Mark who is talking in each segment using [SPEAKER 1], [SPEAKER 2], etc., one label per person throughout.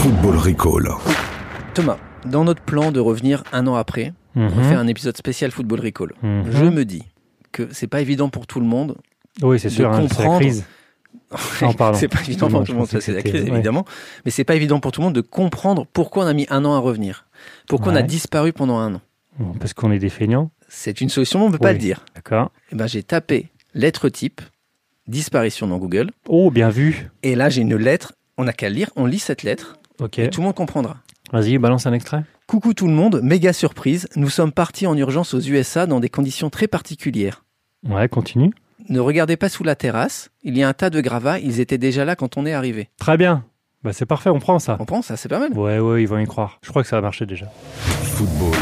[SPEAKER 1] Football Recall.
[SPEAKER 2] Thomas, dans notre plan de revenir un an après,
[SPEAKER 3] Mhm.
[SPEAKER 2] on fait un épisode spécial Football Recall.
[SPEAKER 3] Mhm.
[SPEAKER 2] Je me dis que c'est pas évident pour tout le monde.
[SPEAKER 3] Oui, c'est
[SPEAKER 2] de
[SPEAKER 3] sûr, hein, c'est la
[SPEAKER 2] comprendre-
[SPEAKER 3] crise. Non, pardon.
[SPEAKER 2] c'est pas évident pour
[SPEAKER 3] Excuse-moi,
[SPEAKER 2] tout
[SPEAKER 3] je
[SPEAKER 2] le monde,
[SPEAKER 3] pensais
[SPEAKER 2] ça
[SPEAKER 3] que
[SPEAKER 2] c'est la
[SPEAKER 3] c'était-
[SPEAKER 2] crise
[SPEAKER 3] ouais.
[SPEAKER 2] évidemment, mais c'est pas évident pour tout le monde de comprendre pourquoi on a mis un an à revenir, pourquoi on a
[SPEAKER 3] Ouais.
[SPEAKER 2] disparu pendant un an.
[SPEAKER 3] Bon, parce qu'on est des feignants,
[SPEAKER 2] C'est une solution, mais on peut pas
[SPEAKER 3] Oui.
[SPEAKER 2] le dire.
[SPEAKER 3] d'accord
[SPEAKER 2] Eh ben, j'ai tapé lettre type, disparition dans Google,
[SPEAKER 3] Oh, bien vu
[SPEAKER 2] et là j'ai une lettre, on n'a qu'à lire, on lit cette lettre,
[SPEAKER 3] Ok,
[SPEAKER 2] et tout le monde comprendra.
[SPEAKER 3] vas-y, balance un extrait.
[SPEAKER 2] Coucou tout le monde, méga surprise, nous sommes partis en urgence aux USA dans des conditions très particulières.
[SPEAKER 3] Ouais, continue.
[SPEAKER 2] Ne regardez pas sous la terrasse, il y a un tas de gravats, ils étaient déjà là quand on est arrivé.
[SPEAKER 3] Très bien Bah c'est parfait, on prend ça.
[SPEAKER 2] On pense, ça c'est pas mal.
[SPEAKER 3] Ouais, ouais, ils vont y croire. Je crois que ça va marcher déjà.
[SPEAKER 1] Football.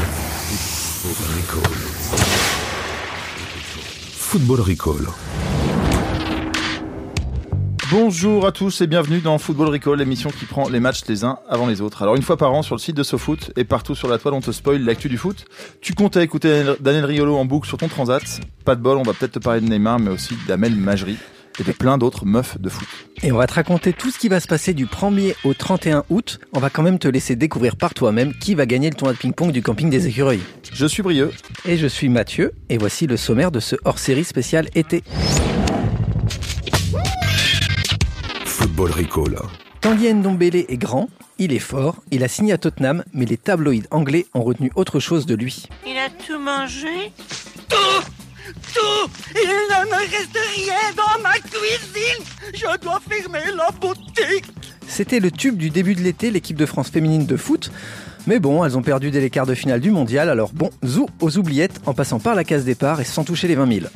[SPEAKER 1] Recall. Football Recall.
[SPEAKER 4] Bonjour à tous et bienvenue dans Football Recall, l'émission qui prend les matchs les uns avant les autres. Alors une fois par an sur le site de SoFoot et partout sur la toile on te spoil l'actu du foot. Tu comptais écouter Daniel Riolo en boucle sur ton transat. Pas de bol, on va peut-être te parler de Neymar mais aussi d'Amel Majri et de plein d'autres meufs de foot.
[SPEAKER 2] Et on va te raconter tout ce qui va se passer du 1er au 31 août. On va quand même te laisser découvrir par toi-même qui va gagner le tournoi de ping-pong du camping des écureuils.
[SPEAKER 4] Je suis Brieux.
[SPEAKER 2] Et je suis Mathieu, et voici le sommaire de ce hors-série spécial été.
[SPEAKER 1] Football Recall.
[SPEAKER 2] Tanguy Ndombele est grand, il est fort, il a signé à Tottenham, mais les tabloïds anglais ont retenu autre chose de lui.
[SPEAKER 5] Il a tout mangé
[SPEAKER 6] tout Il ne me reste rien dans ma cuisine Je dois fermer la boutique
[SPEAKER 2] C'était le tube du début de l'été, l'équipe de France féminine de foot. Mais bon, elles ont perdu dès les quarts de finale du mondial, alors bon, zou aux oubliettes en passant par la case départ et sans toucher les 20 000.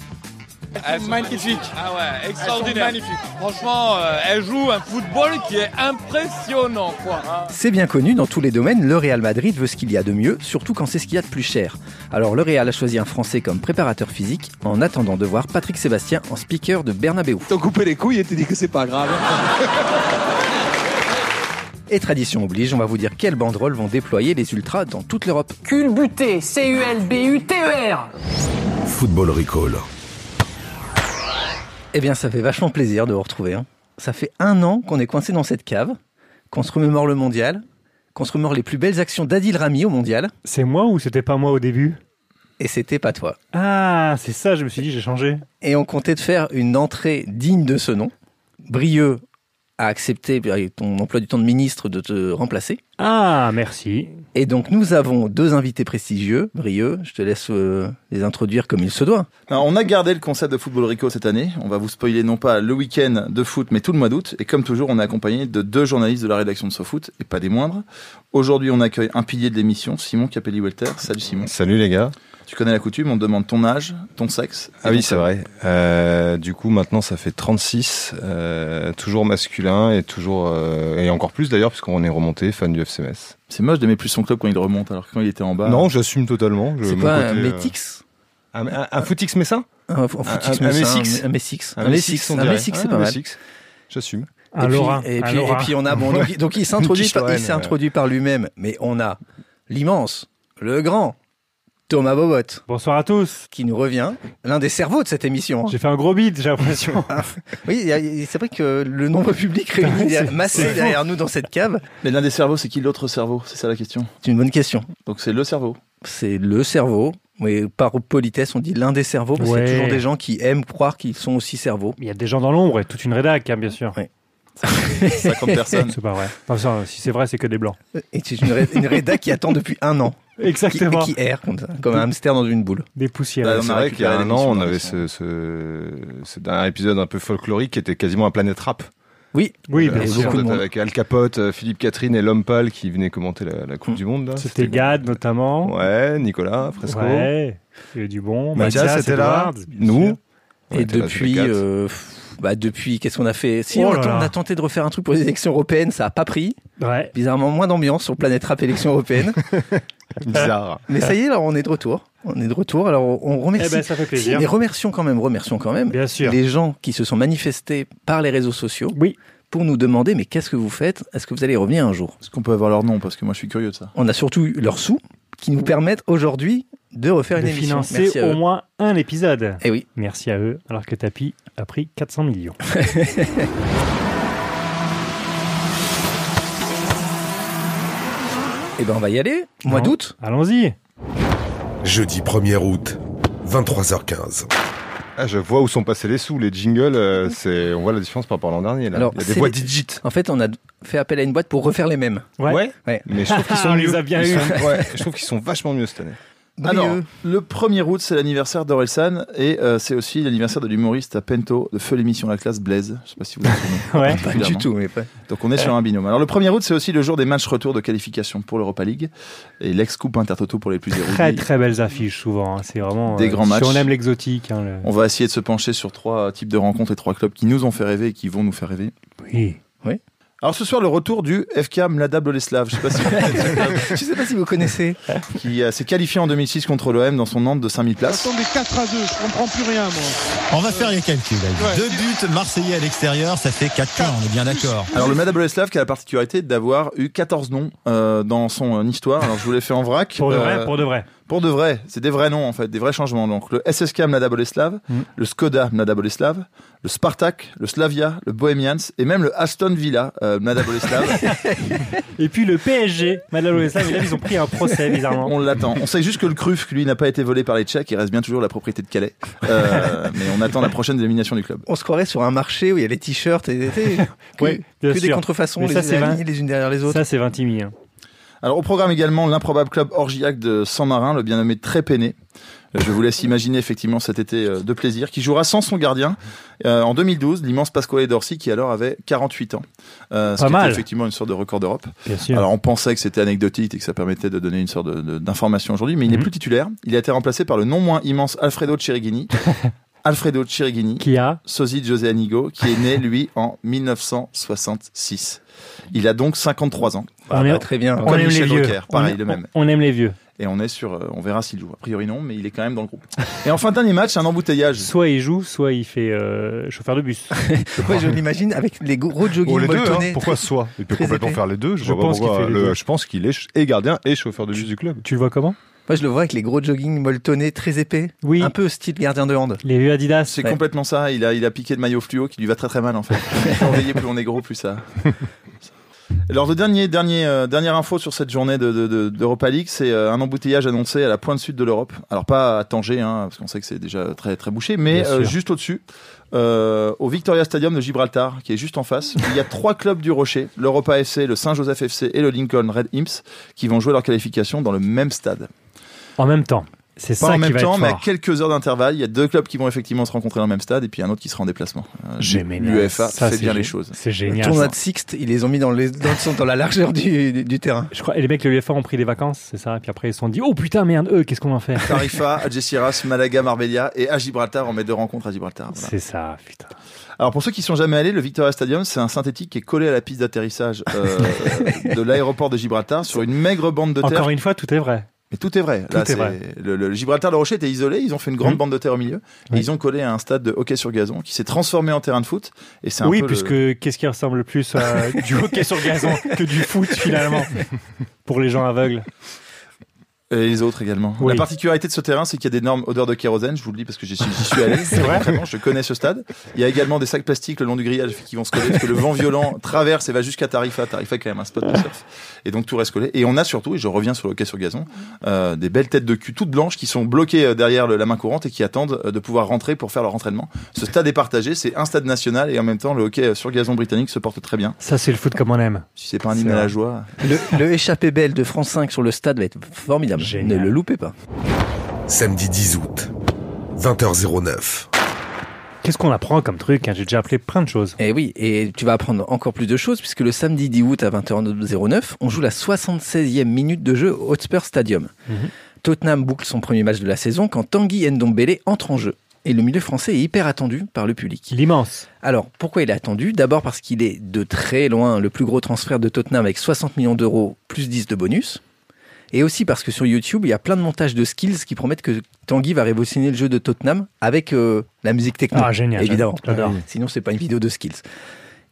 [SPEAKER 7] Magnifique. Ah ouais, extraordinaire. Franchement, euh, elle joue un football qui est impressionnant, quoi.
[SPEAKER 2] C'est bien connu, dans tous les domaines, le Real Madrid veut ce qu'il y a de mieux, surtout quand c'est ce qu'il y a de plus cher. Alors le Real a choisi un Français comme préparateur physique, en attendant de voir Patrick Sébastien en speaker de Bernabeu.
[SPEAKER 8] T'en coupé les couilles et t'es dit que c'est pas grave.
[SPEAKER 2] Et tradition oblige, on va vous dire quelles banderoles vont déployer les ultras dans toute l'Europe.
[SPEAKER 9] Culbuté, C-U-L-B-U-T-E-R.
[SPEAKER 1] Football Recall.
[SPEAKER 2] Eh bien ça fait vachement plaisir de vous retrouver. hein. Ça fait un an qu'on est coincé dans cette cave, qu'on se remémore le mondial, qu'on se remémore les plus belles actions d'Adil Rami au mondial,
[SPEAKER 3] C'est moi ou c'était pas moi au début
[SPEAKER 2] et c'était pas toi.
[SPEAKER 3] Ah, c'est ça, je me suis dit, j'ai changé.
[SPEAKER 2] et on comptait de faire une entrée digne de ce nom. Brieux a accepté euh, ton emploi du temps de ministre de te remplacer.
[SPEAKER 3] Ah, merci.
[SPEAKER 2] Et donc nous avons deux invités prestigieux. Brieux, je te laisse euh, les introduire comme il se doit.
[SPEAKER 4] Alors, on a gardé le concept de Football Rico cette année. On va vous spoiler non pas le week-end de foot, mais tout le mois d'août. Et comme toujours, on est accompagné de deux journalistes de la rédaction de SoFoot, et pas des moindres. Aujourd'hui, on accueille un pilier de l'émission, Simon Capelli-Welter. Salut Simon.
[SPEAKER 10] Salut les gars.
[SPEAKER 4] Tu connais la coutume, on te demande ton âge, ton sexe. et
[SPEAKER 10] Ah oui,
[SPEAKER 4] ton
[SPEAKER 10] c'est
[SPEAKER 4] prénom.
[SPEAKER 10] vrai. Euh, du coup, maintenant, ça fait 36, euh, toujours masculin et toujours euh, et encore plus d'ailleurs, puisqu'on est remonté fan du FCMS.
[SPEAKER 4] C'est moche d'aimer plus son club quand il remonte, alors que quand il était en bas.
[SPEAKER 10] Non, j'assume totalement. Je-
[SPEAKER 2] C'est
[SPEAKER 10] mon
[SPEAKER 2] quoi un
[SPEAKER 10] côté, euh,
[SPEAKER 2] Métix
[SPEAKER 10] un, un, un footix messin
[SPEAKER 2] Un, un footix,
[SPEAKER 10] un-
[SPEAKER 2] mais
[SPEAKER 10] un
[SPEAKER 2] c'est
[SPEAKER 10] Messix
[SPEAKER 2] Un Messix.
[SPEAKER 10] Un Messix,
[SPEAKER 2] Messix,
[SPEAKER 10] on
[SPEAKER 2] un
[SPEAKER 10] dirait.
[SPEAKER 2] Messix, c'est
[SPEAKER 10] Ah,
[SPEAKER 2] pas
[SPEAKER 10] un
[SPEAKER 2] mal.
[SPEAKER 10] Messix. J'assume.
[SPEAKER 3] Un
[SPEAKER 2] et, puis,
[SPEAKER 3] Laura.
[SPEAKER 2] et,
[SPEAKER 3] un
[SPEAKER 2] puis,
[SPEAKER 3] Laura.
[SPEAKER 2] et puis on a bon, donc, donc il s'introduit
[SPEAKER 10] Quiche
[SPEAKER 2] par- il
[SPEAKER 10] Lorraine,
[SPEAKER 2] s'est introduit par lui-même, mais on a l'immense, le grand Thomas Bobot
[SPEAKER 3] Bonsoir à tous.
[SPEAKER 2] qui nous revient, l'un des cerveaux de cette émission.
[SPEAKER 3] J'ai fait un gros bide, j'ai l'impression.
[SPEAKER 2] Oui, il y a- il- c'est vrai que le nombre public réuni derrière- massé derrière nous dans cette cave,
[SPEAKER 4] Mais l'un des cerveaux, c'est qui l'autre cerveau C'est ça la question.
[SPEAKER 2] c'est une bonne question.
[SPEAKER 4] Donc c'est le cerveau.
[SPEAKER 2] C'est le cerveau. Mais par politesse, on dit l'un des cerveaux, parce qu'il y
[SPEAKER 3] Ouais.
[SPEAKER 2] a toujours des gens qui aiment croire qu'ils sont aussi cerveaux.
[SPEAKER 3] Il y a des gens dans l'ombre et toute une rédac, hein, bien sûr.
[SPEAKER 4] 50 personnes.
[SPEAKER 3] C'est pas vrai. Enfin, ça, si c'est vrai, c'est que des blancs.
[SPEAKER 2] Et c'est une, ré- une réda qui attend depuis un an, qui,
[SPEAKER 3] Exactement.
[SPEAKER 2] qui erre comme, ça, comme un hamster dans une boule.
[SPEAKER 3] Des poussières.
[SPEAKER 4] Bah,
[SPEAKER 10] Ouais,
[SPEAKER 4] on
[SPEAKER 10] c'est
[SPEAKER 4] a
[SPEAKER 10] vrai qu'il y
[SPEAKER 4] récupéré
[SPEAKER 10] a un
[SPEAKER 4] l'émission
[SPEAKER 10] an, on
[SPEAKER 4] dans
[SPEAKER 10] avait
[SPEAKER 4] les
[SPEAKER 10] ce, ce- ce dernier épisode un peu folklorique qui était quasiment un planète rap.
[SPEAKER 3] oui,
[SPEAKER 10] Euh,
[SPEAKER 3] bien
[SPEAKER 2] et
[SPEAKER 3] sûr.
[SPEAKER 2] beaucoup de monde.
[SPEAKER 10] avec Al Capote, euh, Philippe Catherine et l'homme pâle qui venaient commenter la, la Coupe
[SPEAKER 2] Mm.
[SPEAKER 10] du Monde. là.
[SPEAKER 3] C'était Gad, notamment.
[SPEAKER 10] Ouais, Nicolas, Fresco.
[SPEAKER 3] Ouais. Il y a du bon.
[SPEAKER 10] Mathias, c'était là.
[SPEAKER 3] Edwards, bien
[SPEAKER 10] Nous.
[SPEAKER 3] sûr.
[SPEAKER 10] On
[SPEAKER 2] Et
[SPEAKER 10] était là tous les
[SPEAKER 2] depuis,
[SPEAKER 10] quatre.
[SPEAKER 2] euh, pff, bah depuis, qu'est-ce qu'on a fait Si
[SPEAKER 3] Oh
[SPEAKER 2] on,
[SPEAKER 3] là
[SPEAKER 2] a,
[SPEAKER 3] là.
[SPEAKER 2] on a tenté de refaire un truc pour les élections européennes, ça a pas pris.
[SPEAKER 3] Ouais.
[SPEAKER 2] Bizarrement, moins d'ambiance sur Planète Rap élections européennes.
[SPEAKER 10] Bizarre.
[SPEAKER 2] Mais ça y est, alors on est de retour. On est de retour. Alors on- on
[SPEAKER 3] Eh
[SPEAKER 2] remercie.
[SPEAKER 3] ben, ça fait
[SPEAKER 2] Si,
[SPEAKER 3] plaisir.
[SPEAKER 2] mais remercions quand même, remercions quand même.
[SPEAKER 3] Bien sûr.
[SPEAKER 2] les gens qui se sont manifestés par les réseaux sociaux
[SPEAKER 3] Oui.
[SPEAKER 2] pour nous demander mais qu'est-ce que vous faites Est-ce que vous allez revenir un jour
[SPEAKER 4] Est-ce qu'on peut avoir leur nom Parce que moi, je suis curieux de ça.
[SPEAKER 2] On a surtout eu leurs sous qui nous permettent aujourd'hui de refaire
[SPEAKER 3] de
[SPEAKER 2] une émission.
[SPEAKER 3] financer au moins un épisode.
[SPEAKER 2] Et Eh oui,
[SPEAKER 3] Merci à eux, alors que Tapi a pris 400 millions.
[SPEAKER 2] Eh ben on va y aller. Mois
[SPEAKER 3] Non.
[SPEAKER 2] d'août.
[SPEAKER 3] Allons-y.
[SPEAKER 1] Jeudi 1er août, 23h15.
[SPEAKER 10] Ah, je vois où sont passés les sous, les jingles. euh, c'est, on voit la différence par rapport à l'an dernier. Là.
[SPEAKER 2] Alors,
[SPEAKER 10] Il y a
[SPEAKER 2] c'est
[SPEAKER 10] des voix
[SPEAKER 2] les-
[SPEAKER 10] digites.
[SPEAKER 2] En fait, on a fait appel à une boîte pour refaire les mêmes.
[SPEAKER 3] Ouais.
[SPEAKER 10] Mais je trouve qu'ils sont
[SPEAKER 3] On les
[SPEAKER 10] mieux.
[SPEAKER 3] a bien eu.
[SPEAKER 10] Ils sont- ouais, je trouve qu'ils sont vachement mieux cette année.
[SPEAKER 4] Ah non,
[SPEAKER 2] Brieux.
[SPEAKER 4] le 1er août, c'est l'anniversaire d'Orelsan et euh, c'est aussi l'anniversaire de l'humoriste à Pento de Feu l'émission La Classe Blaise. Je sais pas si vous le connaissez.
[SPEAKER 3] Ouais.
[SPEAKER 2] Pas du
[SPEAKER 4] Clairement.
[SPEAKER 2] tout, mais pas.
[SPEAKER 4] Donc on est sur un binôme. Alors le 1er août, c'est aussi le jour des matchs retour de qualification pour l'Europa League et l'ex-coupe Intertoto pour les plus érudits.
[SPEAKER 3] Très très belles affiches souvent. hein. C'est vraiment.
[SPEAKER 4] Des grands
[SPEAKER 3] si
[SPEAKER 4] matchs.
[SPEAKER 3] on aime l'exotique. hein, le-
[SPEAKER 4] On va essayer de se pencher sur trois types de rencontres et trois clubs qui nous ont fait rêver et qui vont nous faire rêver.
[SPEAKER 3] Oui.
[SPEAKER 4] Alors ce soir, le retour du FK Mlada Boleslav. Je sais pas si vous connaissez ce club,
[SPEAKER 2] Je sais pas si vous connaissez.
[SPEAKER 4] qui euh, s'est qualifié en 2006 contre l'OM dans son Nantes de 5000 places.
[SPEAKER 8] des 4 à 2, je comprends plus rien, moi.
[SPEAKER 5] On va faire les calculs. Deux buts marseillais à l'extérieur, ça fait 4 points, on est bien d'accord.
[SPEAKER 4] Alors le Mlada Boleslav qui a la particularité d'avoir eu 14 noms euh, dans son euh, histoire. Alors je vous l'ai fait en vrac.
[SPEAKER 3] Pour de vrai,
[SPEAKER 4] Euh,
[SPEAKER 3] pour de vrai.
[SPEAKER 4] Pour de vrai, c'est des vrais noms en fait, des vrais changements. Donc le SSK Mlada Boleslav,
[SPEAKER 3] Mm.
[SPEAKER 4] le Skoda Mlada Boleslav, le Spartak, le Slavia, le Bohemians et même le Aston Villa euh, Mlada Boleslav.
[SPEAKER 3] Et puis le PSG, Madame et là, ils ont pris un procès bizarrement.
[SPEAKER 4] on l'attend. On sait juste que le Cruf, lui, n'a pas été volé par les Tchèques, il reste bien toujours la propriété de Calais. Euh, mais on attend la prochaine élimination du club.
[SPEAKER 2] On se croirait sur un marché où il y a les t-shirts et tu sais, que,
[SPEAKER 3] Ouais, bien
[SPEAKER 2] que des
[SPEAKER 3] sûr.
[SPEAKER 2] contrefaçons,
[SPEAKER 3] Mais
[SPEAKER 2] les,
[SPEAKER 3] ça, c'est
[SPEAKER 2] alignées les unes derrière les autres.
[SPEAKER 3] Ça c'est 20 hein.
[SPEAKER 4] Alors au programme également l'improbable club orgiaque de Saint-Marin, le bien nommé Très Peiné. Euh, Je vous laisse imaginer effectivement cet été euh, de plaisir, qui jouera sans son gardien euh, en 2012, l'immense Pasquale Dorsi qui alors avait 48 ans. Euh, ce
[SPEAKER 3] Pas
[SPEAKER 4] qui
[SPEAKER 3] mal.
[SPEAKER 4] était effectivement une sorte de record d'Europe.
[SPEAKER 3] Bien sûr.
[SPEAKER 4] Alors on pensait que c'était anecdotique et que ça permettait de donner une sorte de- de- d'information aujourd'hui, mais il n'est
[SPEAKER 3] Mhm.
[SPEAKER 4] plus titulaire. Il a été remplacé par le non moins immense Alfredo Chirigini. Alfredo Chirigini,
[SPEAKER 3] Qui a
[SPEAKER 4] sosie de José Anigo, qui est né lui en 1966. Il a donc 53 ans.
[SPEAKER 3] on, est-
[SPEAKER 2] Ah, très bien.
[SPEAKER 3] on
[SPEAKER 4] comme
[SPEAKER 3] aime les
[SPEAKER 4] Michel
[SPEAKER 3] vieux.
[SPEAKER 4] Drucker, pareil,
[SPEAKER 3] on,
[SPEAKER 4] le même.
[SPEAKER 3] on aime les vieux.
[SPEAKER 4] Et on est sur, euh, on verra s'il joue. A priori non, mais il est quand même dans le groupe. Et enfin dernier match, un embouteillage.
[SPEAKER 3] Soit il joue, soit il fait euh, chauffeur de bus.
[SPEAKER 2] Ouais, je l'imagine avec les gros jogging
[SPEAKER 10] Oh, les deux, hein.
[SPEAKER 2] molletonnés.
[SPEAKER 10] Pourquoi soit Il peut
[SPEAKER 2] très
[SPEAKER 10] complètement
[SPEAKER 2] épais.
[SPEAKER 10] faire les deux. Je,
[SPEAKER 3] Je
[SPEAKER 10] vois pas
[SPEAKER 3] pense qu'il
[SPEAKER 10] pourquoi.
[SPEAKER 3] fait les
[SPEAKER 10] Le-
[SPEAKER 3] deux.
[SPEAKER 10] je pense qu'il est ch- et gardien et chauffeur de bus du club.
[SPEAKER 3] tu le vois comment
[SPEAKER 2] Moi, je le vois avec les gros jogging molletonnés très épais,
[SPEAKER 3] Oui.
[SPEAKER 2] un peu style gardien de hand.
[SPEAKER 3] Les vieux Adidas.
[SPEAKER 4] C'est
[SPEAKER 2] Ouais.
[SPEAKER 4] complètement ça. Il a, il a piqué le maillot fluo qui lui va très très mal en fait. Plus on vieillit, plus on est gros, plus ça. Alors le dernier, dernier, euh, dernière info sur cette journée de- de- de- d'Europa League, c'est euh, un embouteillage annoncé à la pointe sud de l'Europe. Alors pas à Tanger, hein, parce qu'on sait que c'est déjà très très bouché, mais
[SPEAKER 3] Bien
[SPEAKER 4] euh,
[SPEAKER 3] sûr.
[SPEAKER 4] juste au-dessus, euh, au Victoria Stadium de Gibraltar, qui est juste en face. Il y a trois clubs du Rocher, l'Europa FC, le Saint-Joseph FC et le Lincoln Red Imps, qui vont jouer leur qualification dans le même stade.
[SPEAKER 3] En même temps. C'est ça
[SPEAKER 4] Pas en
[SPEAKER 3] qui
[SPEAKER 4] même
[SPEAKER 3] va
[SPEAKER 4] temps,
[SPEAKER 3] être
[SPEAKER 4] mais à
[SPEAKER 3] fort.
[SPEAKER 4] quelques heures d'intervalle, il y a deux clubs qui vont effectivement se rencontrer dans le même stade et puis un autre qui sera en déplacement. Euh,
[SPEAKER 3] Génial.
[SPEAKER 4] L'UEFA
[SPEAKER 3] Ah, Ça,
[SPEAKER 4] fait
[SPEAKER 3] c'est
[SPEAKER 4] bien les
[SPEAKER 3] gé-
[SPEAKER 4] choses.
[SPEAKER 3] C'est
[SPEAKER 2] Le
[SPEAKER 3] génial.
[SPEAKER 2] tournoi
[SPEAKER 3] ça.
[SPEAKER 2] de Sixte, ils les ont mis dans, les, dans, le centre, dans la largeur du, du- du terrain.
[SPEAKER 3] Je crois, et les mecs de l'UEFA ont pris des vacances, c'est ça. Et puis après, ils se sont dit, oh putain, merde, eux, qu'est-ce qu'on va faire
[SPEAKER 4] Tarifa, Algeciras, Malaga, Marbella et à Gibraltar, on met deux rencontres à Gibraltar. voilà.
[SPEAKER 3] C'est ça, putain.
[SPEAKER 4] Alors pour ceux qui sont jamais allés, le Victoria Stadium, c'est un synthétique qui est collé à la piste d'atterrissage euh, de l'aéroport de Gibraltar sur une maigre bande de terre.
[SPEAKER 3] Encore une fois, tout est vrai.
[SPEAKER 4] Mais tout est vrai.
[SPEAKER 3] Tout
[SPEAKER 4] Là,
[SPEAKER 3] est
[SPEAKER 4] c'est-
[SPEAKER 3] vrai.
[SPEAKER 4] Le, le- le Gibraltar, le Rocher était isolé, ils ont fait une grande
[SPEAKER 3] Mhm.
[SPEAKER 4] bande de terre au milieu et
[SPEAKER 3] Oui.
[SPEAKER 4] ils ont collé à un stade de hockey sur gazon qui s'est transformé en terrain de foot. Et c'est un
[SPEAKER 3] Oui,
[SPEAKER 4] peu le-
[SPEAKER 3] puisque qu'est-ce qui ressemble le plus à du hockey sur gazon que du foot finalement pour les gens aveugles.
[SPEAKER 4] Et les autres également.
[SPEAKER 3] Oui.
[SPEAKER 4] La particularité de ce terrain, c'est qu'il y a d'énormes odeurs de kérosène. Je vous le dis parce que j'y suis, j'y suis allé. c'est vrai. Je connais ce stade. Il y a également des sacs plastiques le long du grillage qui vont se coller parce que le vent violent traverse et va jusqu'à Tarifa. Tarifa est quand même un spot de surf. Et donc tout reste collé. Et on a surtout, et je reviens sur le hockey sur gazon, euh, des belles têtes de cul toutes blanches qui sont bloquées euh, derrière le- la main courante et qui attendent euh, de pouvoir rentrer pour faire leur entraînement. Ce stade est partagé. C'est un stade national et en même temps, le hockey euh, sur gazon britannique se porte très bien.
[SPEAKER 3] Ça, c'est le foot comme on aime.
[SPEAKER 4] Si c'est pas un
[SPEAKER 3] C'est
[SPEAKER 4] hymne à
[SPEAKER 3] vrai.
[SPEAKER 4] la joie.
[SPEAKER 2] Le, le échappé belle de France 5 sur le stade va être formidable.
[SPEAKER 3] Génial.
[SPEAKER 2] Ne le loupez pas.
[SPEAKER 1] Samedi 10 août, 20h09.
[SPEAKER 3] Qu'est-ce qu'on apprend comme truc hein J'ai déjà appris plein de choses.
[SPEAKER 2] Et Eh oui, et tu vas apprendre encore plus de choses puisque le samedi 10 août à 21h09, on joue la 76e minute de jeu au Hotspur Stadium.
[SPEAKER 3] Mhm.
[SPEAKER 2] Tottenham boucle son premier match de la saison quand Tanguy Ndombele entre en jeu. Et le milieu français est hyper attendu par le public.
[SPEAKER 3] L'immense.
[SPEAKER 2] Alors, pourquoi il est attendu D'abord parce qu'il est de très loin le plus gros transfert de Tottenham avec 60 millions d'euros plus 10 de bonus. Et aussi parce que sur YouTube, il y a plein de montages de skills qui promettent que Tanguy va révolutionner le jeu de Tottenham avec euh, la musique techno.
[SPEAKER 3] Ah, génial.
[SPEAKER 2] Évidemment.
[SPEAKER 3] J'adore.
[SPEAKER 2] Sinon, c'est pas une vidéo de skills.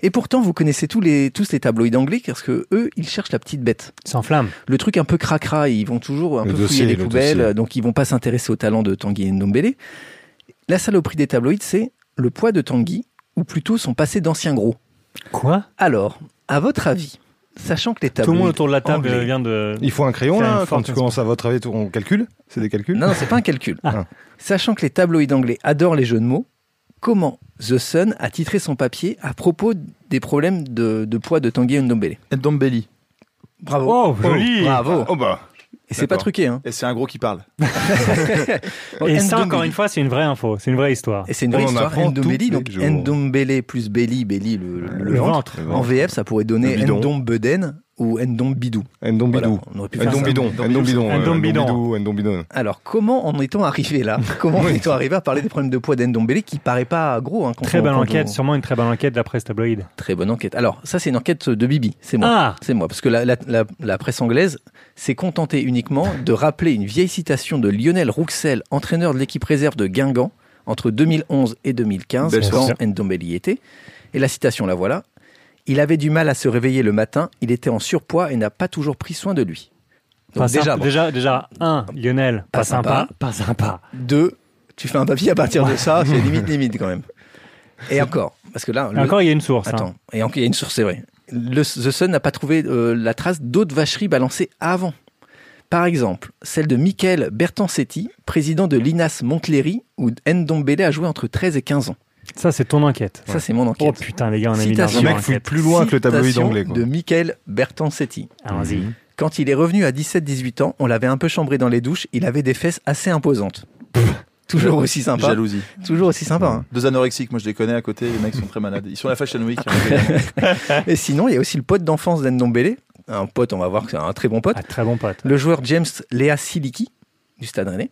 [SPEAKER 2] Et pourtant, vous connaissez tous les, tous les tabloïds anglais parce que eux, ils cherchent la petite bête.
[SPEAKER 3] Sans flamme.
[SPEAKER 2] Le truc un peu cracra, ils vont toujours un
[SPEAKER 10] Le
[SPEAKER 2] peu
[SPEAKER 10] dossier,
[SPEAKER 2] fouiller les
[SPEAKER 10] le
[SPEAKER 2] poubelles,
[SPEAKER 10] dossier.
[SPEAKER 2] donc ils vont pas s'intéresser au talent de Tanguy Ndombele. La saloperie des tabloïds, c'est le poids de Tanguy, ou plutôt son passé d'ancien gros.
[SPEAKER 3] Quoi
[SPEAKER 2] Alors, à votre avis, Sachant que les
[SPEAKER 3] Tout le monde
[SPEAKER 2] tabloïds
[SPEAKER 3] autour de la table euh,
[SPEAKER 2] anglais-
[SPEAKER 3] vient de.
[SPEAKER 10] Il faut un crayon
[SPEAKER 3] Faire une
[SPEAKER 10] là quand
[SPEAKER 3] forte
[SPEAKER 10] tu commences à votre travail. On calcule C'est des calculs
[SPEAKER 2] Non, non, c'est pas un calcul.
[SPEAKER 10] Ah.
[SPEAKER 2] Sachant que les tabloïds anglais adorent les jeux de mots, comment The Sun a titré son papier à propos des problèmes de, de poids de Tanguy Ndombele
[SPEAKER 4] Ndombele.
[SPEAKER 2] Bravo.
[SPEAKER 3] Oh, joli
[SPEAKER 2] Bravo.
[SPEAKER 10] Oh bah.
[SPEAKER 2] Et c'est pas
[SPEAKER 4] d'accord.
[SPEAKER 2] truqué, hein.
[SPEAKER 4] Et c'est un gros qui parle.
[SPEAKER 3] Et ça,
[SPEAKER 2] Ndombele.
[SPEAKER 3] encore une fois, c'est une vraie info, c'est une vraie histoire.
[SPEAKER 2] Et c'est une
[SPEAKER 10] On
[SPEAKER 2] vraie
[SPEAKER 10] en
[SPEAKER 2] histoire.
[SPEAKER 10] apprend tous
[SPEAKER 2] Ndombele,
[SPEAKER 10] les
[SPEAKER 2] donc
[SPEAKER 10] jours.
[SPEAKER 2] Ndombele plus Belly, Belly le, le- le ventre. En VF, ça pourrait donner
[SPEAKER 10] Le bidon.
[SPEAKER 2] Ndombeden ou Ndombidou. Voilà,
[SPEAKER 10] Ndombidou.
[SPEAKER 2] on aurait pu faire ça.
[SPEAKER 10] Ndombidon. Ndombidon.
[SPEAKER 3] Un
[SPEAKER 10] euh,
[SPEAKER 3] dombidon.
[SPEAKER 10] Ndombidou, Ndombidon.
[SPEAKER 2] Alors, comment en est-on arrivé là Comment en
[SPEAKER 10] Oui.
[SPEAKER 2] est-on arrivé à parler des problèmes de poids d'Ndombele qui paraît pas gros hein, quand
[SPEAKER 3] Très
[SPEAKER 2] on-
[SPEAKER 3] belle
[SPEAKER 2] quand
[SPEAKER 3] enquête,
[SPEAKER 2] on-
[SPEAKER 3] sûrement une très belle enquête de la presse tabloïde.
[SPEAKER 2] Très bonne enquête. Alors, ça, c'est une enquête de Bibi, c'est moi.
[SPEAKER 3] Ah
[SPEAKER 2] C'est moi, parce que la, la- la- la presse anglaise s'est contentée uniquement de rappeler une vieille citation de Lionel Rouxel, entraîneur de l'équipe réserve de Guingamp, entre 2011 et 2015,
[SPEAKER 4] Belle
[SPEAKER 2] quand
[SPEAKER 3] source.
[SPEAKER 2] Ndombele y était. Et la citation, la voilà. Il avait du mal à se réveiller le matin, il était en surpoids et n'a pas toujours pris soin de lui. Donc,
[SPEAKER 3] Pas
[SPEAKER 2] déjà,
[SPEAKER 3] sympa- déjà, déjà, un, Lionel, pas,
[SPEAKER 2] Pas
[SPEAKER 3] sympa,
[SPEAKER 2] sympa.
[SPEAKER 3] pas sympa.
[SPEAKER 2] deux, tu fais un papier à partir de ça, c'est limite, limite quand même. Et encore, parce que là, le-
[SPEAKER 3] Encore, il y a une source. hein.
[SPEAKER 2] Attends, et encore, il y a une source, c'est vrai. Le, The Sun n'a pas trouvé euh, la trace d'autres vacheries balancées avant. Par exemple, celle de Michael Bertancetti, président de l'INAS Montcléry, où Ndombele a joué entre 13 et 15 ans.
[SPEAKER 3] Ça, c'est ton enquête.
[SPEAKER 2] Ça, c'est mon enquête.
[SPEAKER 3] Oh putain, les gars, on a mis de
[SPEAKER 2] Citation.
[SPEAKER 3] l'argent
[SPEAKER 10] Le
[SPEAKER 3] dans
[SPEAKER 10] mec fouille
[SPEAKER 3] l'enquête.
[SPEAKER 10] plus loin que le tabloïd
[SPEAKER 2] Citation
[SPEAKER 10] anglais. quoi.
[SPEAKER 2] de Michael Bertancetti.
[SPEAKER 3] Allons-y.
[SPEAKER 2] Quand il est revenu à 17-18 ans, on l'avait un peu chambré dans les douches, il avait des fesses assez imposantes. toujours aussi sympa.
[SPEAKER 4] Jalousie.
[SPEAKER 2] Toujours aussi sympa. hein.
[SPEAKER 4] Deux anorexiques, moi je les connais à côté, les mecs sont très malades. Ils sont à la Fashion Week. hein.
[SPEAKER 2] Et sinon, il y a aussi le pote d'enfance d'Ndombele. Un pote, on va voir que c'est un très bon pote.
[SPEAKER 3] Ah, très bon pote.
[SPEAKER 2] le joueur James Léa Siliki du Stade Rennais,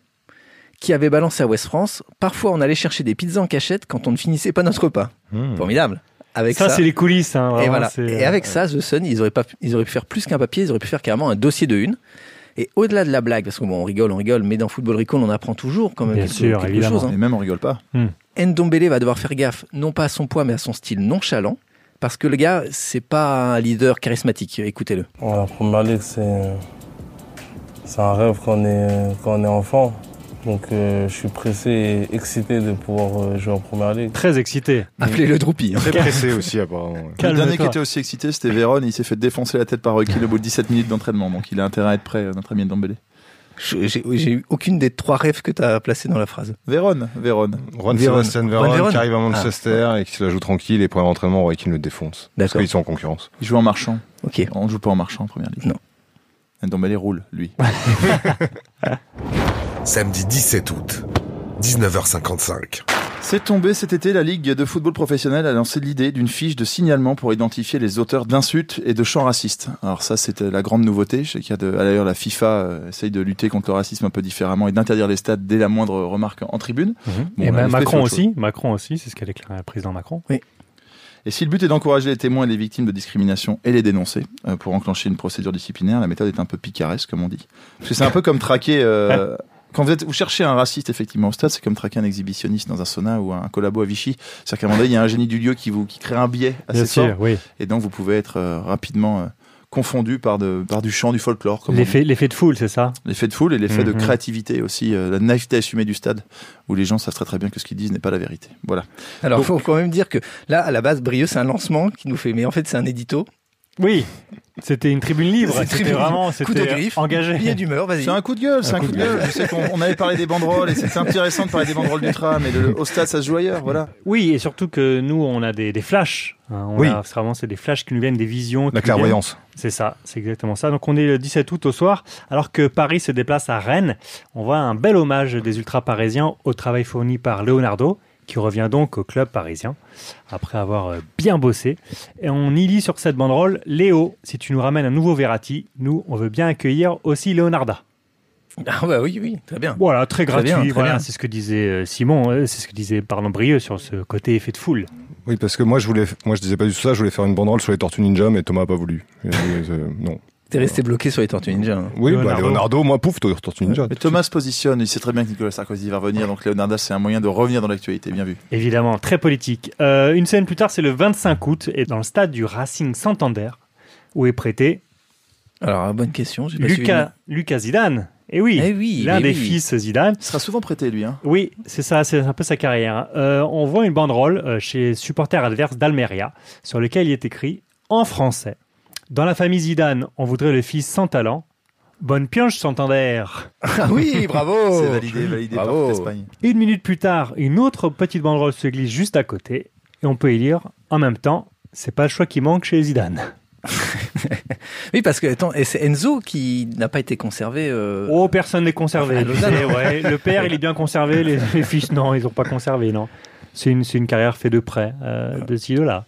[SPEAKER 2] qui avait balancé à West France. Parfois, on allait chercher des pizzas en cachette quand on ne finissait pas notre repas.
[SPEAKER 10] Hmm.
[SPEAKER 2] Formidable. Avec ça,
[SPEAKER 3] Ça, c'est les coulisses. hein,
[SPEAKER 2] et
[SPEAKER 3] vraiment,
[SPEAKER 2] voilà.
[SPEAKER 3] c'est-
[SPEAKER 2] Et avec ça, The Sun, ils auraient pas, pu- ils auraient pu faire plus qu'un papier. Ils auraient pu faire carrément un dossier de une. Et au-delà de la blague, parce que bon, on rigole, on rigole, mais dans Football Recall, on apprend toujours quand même
[SPEAKER 3] Bien
[SPEAKER 2] quelque,
[SPEAKER 3] sûr,
[SPEAKER 2] quelque
[SPEAKER 3] évidemment.
[SPEAKER 2] chose. hein.
[SPEAKER 4] Et même on rigole pas.
[SPEAKER 2] Ndombele va devoir faire gaffe, non pas à son poids, mais à son style nonchalant, parce que le gars, c'est pas un leader charismatique. Écoutez-le.
[SPEAKER 11] Bon, la première ligue, c'est, c'est un rêve quand on est, quand on est enfant. Donc euh, je suis pressé et excité de pouvoir euh, jouer en première ligue.
[SPEAKER 3] Très excité.
[SPEAKER 2] Appelez-le Droupi. hein.
[SPEAKER 10] Très pressé aussi, apparemment.
[SPEAKER 4] Le dernier
[SPEAKER 3] Calme-toi.
[SPEAKER 4] qui était aussi excité, c'était Véron. Il s'est fait défoncer la tête par Rocky au bout de 17 minutes d'entraînement. Donc il a intérêt à être prêt, euh, notre ami Ndombele.
[SPEAKER 2] Je- J'ai j'ai eu aucune des trois rêves que tu as placées dans la phrase.
[SPEAKER 4] Véron, Véron.
[SPEAKER 10] Juan
[SPEAKER 2] Véron.
[SPEAKER 10] Sebastian
[SPEAKER 2] Juan
[SPEAKER 10] Veron
[SPEAKER 2] Véron.
[SPEAKER 10] qui arrive à Manchester et qui se la joue tranquille et pour l'entraînement, Roy Keane le défonce. Parce
[SPEAKER 2] D'accord.
[SPEAKER 10] qu'ils sont en concurrence.
[SPEAKER 4] Il joue en marchant.
[SPEAKER 2] Ok.
[SPEAKER 4] On joue pas en marchant en première ligue.
[SPEAKER 2] Non.
[SPEAKER 4] Ndombele roule, lui.
[SPEAKER 1] Samedi 17 août, 19h55.
[SPEAKER 4] C'est tombé cet été, la Ligue de football professionnel a lancé l'idée d'une fiche de signalement pour identifier les auteurs d'insultes et de chants racistes. Alors ça, c'était la grande nouveauté. Je sais qu'il y a de, à d'ailleurs la FIFA euh, essaye de lutter contre le racisme un peu différemment et d'interdire les stades dès la moindre remarque en tribune. Bon,
[SPEAKER 3] Mhm. et
[SPEAKER 4] on a
[SPEAKER 3] Ma-
[SPEAKER 4] laissé
[SPEAKER 3] Macron
[SPEAKER 4] autre chose.
[SPEAKER 3] aussi, Macron aussi, c'est ce qu'a déclaré le président Macron.
[SPEAKER 4] Et si le but est d'encourager les témoins et les victimes de discrimination et les dénoncer euh, pour enclencher une procédure disciplinaire, la méthode est un peu picaresque, comme on dit. Parce que c'est un peu comme traquer. euh, quand vous, êtes, vous cherchez un raciste effectivement au stade, c'est comme traquer un exhibitionniste dans un sauna ou un collabo à Vichy. C'est-à-dire qu'à un moment donné, il y a un génie du lieu qui vous qui crée un biais
[SPEAKER 2] Ah,
[SPEAKER 3] Bien
[SPEAKER 4] assez fort,
[SPEAKER 3] sûr, oui.
[SPEAKER 4] et donc vous pouvez être euh, rapidement euh, confondu par de par du chant, du folklore, comme on dit.
[SPEAKER 3] L'effet l'effet de foule, c'est ça
[SPEAKER 4] l'effet de foule et l'effet de
[SPEAKER 3] Mhm.
[SPEAKER 4] créativité aussi, euh, la naïveté assumée du stade, où les gens savent très très bien que ce qu'ils disent n'est pas la vérité. Voilà.
[SPEAKER 2] Alors,
[SPEAKER 4] Donc-
[SPEAKER 2] faut quand même dire que là, à la base, Brieux, c'est un lancement qui nous fait, mais en fait, c'est un édito.
[SPEAKER 3] Oui, c'était une tribune libre,
[SPEAKER 2] C'est une
[SPEAKER 3] c'était
[SPEAKER 2] tribune
[SPEAKER 3] vraiment
[SPEAKER 2] libre. Coup de
[SPEAKER 3] c'était
[SPEAKER 2] griffe.
[SPEAKER 3] engagé.
[SPEAKER 2] Il y a d'humeur, vas-y.
[SPEAKER 4] C'est un coup de gueule, c'est un coup de gueule. Je sais qu'on on avait parlé des banderoles et c'était intéressant de parler des banderoles du tram, mais le, au stade ça se joue ailleurs, voilà.
[SPEAKER 3] Oui, et surtout que nous, on a des, des flashs. hein, on
[SPEAKER 10] Oui.
[SPEAKER 3] a- c'est vraiment, c'est des flashs qui nous viennent, des visions. qui
[SPEAKER 10] La
[SPEAKER 3] nous viennent.
[SPEAKER 10] clairvoyance.
[SPEAKER 3] C'est ça, c'est exactement ça. Donc on est le 17 août au soir, alors que Paris se déplace à Rennes. On voit un bel hommage des ultra-parisiens au travail fourni par Leonardo, qui revient donc au club parisien, après avoir euh, bien bossé. Et on y lit sur cette banderole, Léo, si tu nous ramènes un nouveau Verratti, nous, on veut bien accueillir aussi Leonarda.
[SPEAKER 2] Ah, bah oui, oui, très bien.
[SPEAKER 3] Voilà, très gratuit.
[SPEAKER 2] bien, très
[SPEAKER 3] voilà,
[SPEAKER 2] bien.
[SPEAKER 3] c'est ce que disait euh, Simon, euh, c'est ce que disait pardon Brieux sur ce côté effet de foule.
[SPEAKER 10] Oui, parce que moi, je voulais, moi, je disais pas du tout ça. Je voulais faire une banderole sur les Tortues Ninja, mais Thomas a pas voulu. Et, euh, non.
[SPEAKER 2] T'es resté bloqué sur les Tortues Ninja. hein.
[SPEAKER 10] Oui, Leonardo.
[SPEAKER 3] Leonardo.
[SPEAKER 10] Leonardo, moi, pouf, Tortues Ninja.
[SPEAKER 4] Mais Thomas se positionne, il sait très bien que Nicolas Sarkozy va revenir, donc Leonardo c'est un moyen de revenir dans l'actualité, bien vu.
[SPEAKER 3] Évidemment, très politique. Euh, une semaine plus tard, c'est le 25 août, et dans le stade du Racing Santander, où est prêté
[SPEAKER 2] Alors, ah, bonne question. j'ai pas suivi.
[SPEAKER 3] Lucas, Lucas Zidane. Eh oui,
[SPEAKER 2] Eh oui,
[SPEAKER 3] l'un
[SPEAKER 2] mais
[SPEAKER 3] des
[SPEAKER 2] oui.
[SPEAKER 3] fils Zidane.
[SPEAKER 4] Il sera souvent prêté lui, hein.
[SPEAKER 3] Oui, c'est ça, c'est un peu sa carrière. Euh, on voit une banderole euh, chez supporters adverses d'Almeria, sur laquelle il est écrit en français Dans la famille Zidane, on voudrait le fils sans talent. Bonne pioche, Santander
[SPEAKER 2] Ah oui, bravo
[SPEAKER 4] C'est validé, validé par
[SPEAKER 2] Bravo.
[SPEAKER 4] l'Espagne.
[SPEAKER 3] Une minute plus tard, une autre petite banderole se glisse juste à côté et on peut y lire en même temps, c'est pas le choix qui manque chez Zidane.
[SPEAKER 2] Oui, parce que attends, et c'est Enzo qui n'a pas été conservé. euh,
[SPEAKER 3] Oh, personne n'est conservé.
[SPEAKER 2] à
[SPEAKER 3] tu
[SPEAKER 2] Lausanne.
[SPEAKER 3] sais, ouais. Le père, il est bien conservé. Les, les fils, non, ils n'ont pas conservé, non. C'est une, c'est une carrière faite de près, euh, de ci, de là.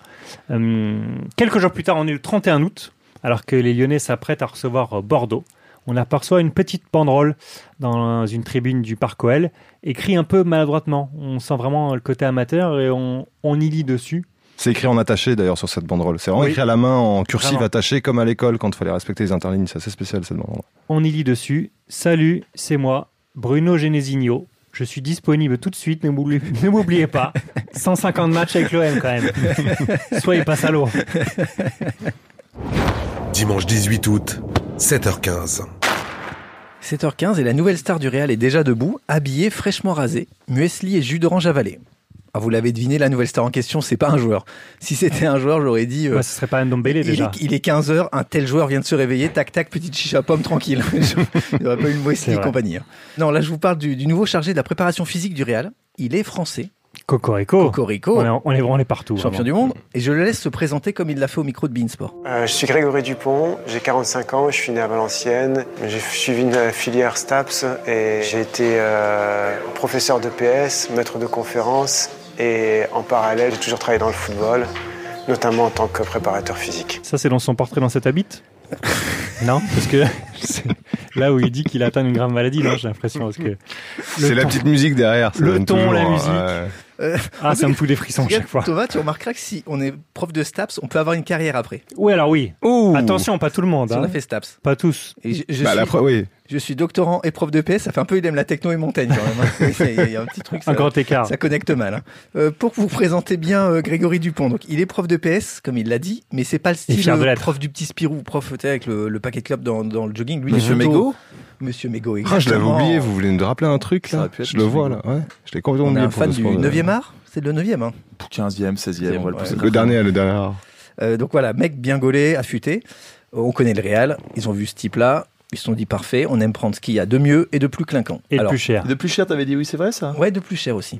[SPEAKER 3] Hum, quelques jours plus tard, on est le 31 août, alors que les Lyonnais s'apprêtent à recevoir euh, Bordeaux. On aperçoit une petite banderole dans une tribune du Parc OL, écrit un peu maladroitement. On sent vraiment le côté amateur et on, on y lit dessus.
[SPEAKER 10] C'est écrit en attaché d'ailleurs sur cette banderole. C'est vraiment
[SPEAKER 3] Oui.
[SPEAKER 10] écrit à la main en cursive
[SPEAKER 3] Vraiment.
[SPEAKER 10] attaché comme à l'école quand il fallait respecter les interlignes. C'est assez spécial cette banderole.
[SPEAKER 3] On y lit dessus Salut, c'est moi, Bruno Genesigno. Je suis disponible tout de suite, ne m'oublie- ne m'oubliez pas. 150 matchs avec l'OM quand même. Soyez pas salaud.
[SPEAKER 1] Dimanche 18 août, 7h15.
[SPEAKER 2] 7h15 et la nouvelle star du Real est déjà debout, habillée, fraîchement rasée, muesli et jus d'orange avalé. Ah, vous l'avez deviné, la nouvelle star en question, c'est pas un joueur. Si c'était un joueur, j'aurais dit. euh,
[SPEAKER 3] Bah, ce serait pas un Dombélé
[SPEAKER 2] il,
[SPEAKER 3] déjà.
[SPEAKER 2] est, 15h, un tel joueur vient de se réveiller, tac tac, petite chicha pomme tranquille. il n'aurait pas eu le
[SPEAKER 3] C'est
[SPEAKER 2] muesli et
[SPEAKER 3] vrai.
[SPEAKER 2] compagnie. hein. Non, là je vous parle du, du nouveau chargé de la préparation physique du Real. Il est français,
[SPEAKER 3] Cocorico.
[SPEAKER 2] Corico,
[SPEAKER 3] Oh. On est, on est, on est partout.
[SPEAKER 2] champion du monde, et je le laisse se présenter comme il l'a fait au micro de Beansport.
[SPEAKER 12] Euh, je suis Grégory Dupont, j'ai 45 ans, je suis né à Valencières, j'ai suivi une euh, filière STAPS et j'ai été euh, professeur de PS, maître de conférences et en parallèle j'ai toujours travaillé dans le football, notamment en tant que préparateur physique.
[SPEAKER 3] Ça, c'est dans son portrait dans cet habit Non Parce que c'est là où il dit qu'il atteint une grave maladie, non, j'ai l'impression. parce que
[SPEAKER 10] C'est la
[SPEAKER 3] ton-
[SPEAKER 10] petite musique derrière. ça
[SPEAKER 3] Le
[SPEAKER 10] donne
[SPEAKER 3] ton, la
[SPEAKER 10] toujours,
[SPEAKER 3] musique.
[SPEAKER 10] euh,
[SPEAKER 2] Euh,
[SPEAKER 3] Ah, ça me fout des frissons à chaque fois.
[SPEAKER 2] Thomas, tu remarqueras que si on est prof de STAPS, on peut avoir une carrière après.
[SPEAKER 3] Oui, alors oui. Attention, pas tout le monde.
[SPEAKER 2] Si on a
[SPEAKER 3] hein.
[SPEAKER 2] fait STAPS.
[SPEAKER 3] Pas tous.
[SPEAKER 2] Et je, je
[SPEAKER 10] bah,
[SPEAKER 2] suis,
[SPEAKER 10] la pro- oui.
[SPEAKER 2] je suis doctorant et prof de PS, ça fait un peu il aime la techno et montagne quand même. hein. Il y a- il y a un petit truc. ça-
[SPEAKER 3] Un grand écart.
[SPEAKER 2] Ça connecte mal. hein. Euh, pour vous présenter bien euh, Grégory Dupont, donc il est prof de PS, comme il l'a dit, mais c'est pas le
[SPEAKER 3] Il est
[SPEAKER 2] style
[SPEAKER 3] fier de
[SPEAKER 2] euh,
[SPEAKER 3] l'être.
[SPEAKER 2] prof du petit Spirou, prof tu sais, avec le, le paquet club dans, dans le jogging. Lui, il est
[SPEAKER 4] Monsieur
[SPEAKER 2] plutôt-
[SPEAKER 4] Mégo
[SPEAKER 2] Monsieur Mégo.
[SPEAKER 10] Ah, je l'avais
[SPEAKER 2] exactement.
[SPEAKER 10] oublié, vous voulez me rappeler un truc
[SPEAKER 4] Ça aurait
[SPEAKER 10] là
[SPEAKER 4] pu être
[SPEAKER 10] Je le vois là, ouais. Je l'ai
[SPEAKER 2] On
[SPEAKER 10] complètement
[SPEAKER 2] est
[SPEAKER 10] oublié.
[SPEAKER 2] un
[SPEAKER 10] pour
[SPEAKER 2] fan
[SPEAKER 10] le
[SPEAKER 2] du
[SPEAKER 10] sport de-
[SPEAKER 2] 9e art C'est le 9e. Hein.
[SPEAKER 4] 15e, 16e, on va le pousser.
[SPEAKER 10] Le dernier, le dernier. art.
[SPEAKER 2] Euh, donc voilà, mec bien gaulé, affûté. Euh, On connaît le Real, ils ont vu ce type-là, ils se sont dit parfait, on aime prendre ce qu'il y a de mieux et de plus clinquant.
[SPEAKER 3] Et le
[SPEAKER 2] Alors,
[SPEAKER 3] plus cher.
[SPEAKER 4] De plus cher, t'avais dit oui, c'est vrai ça
[SPEAKER 2] Ah Ouais, de plus cher aussi.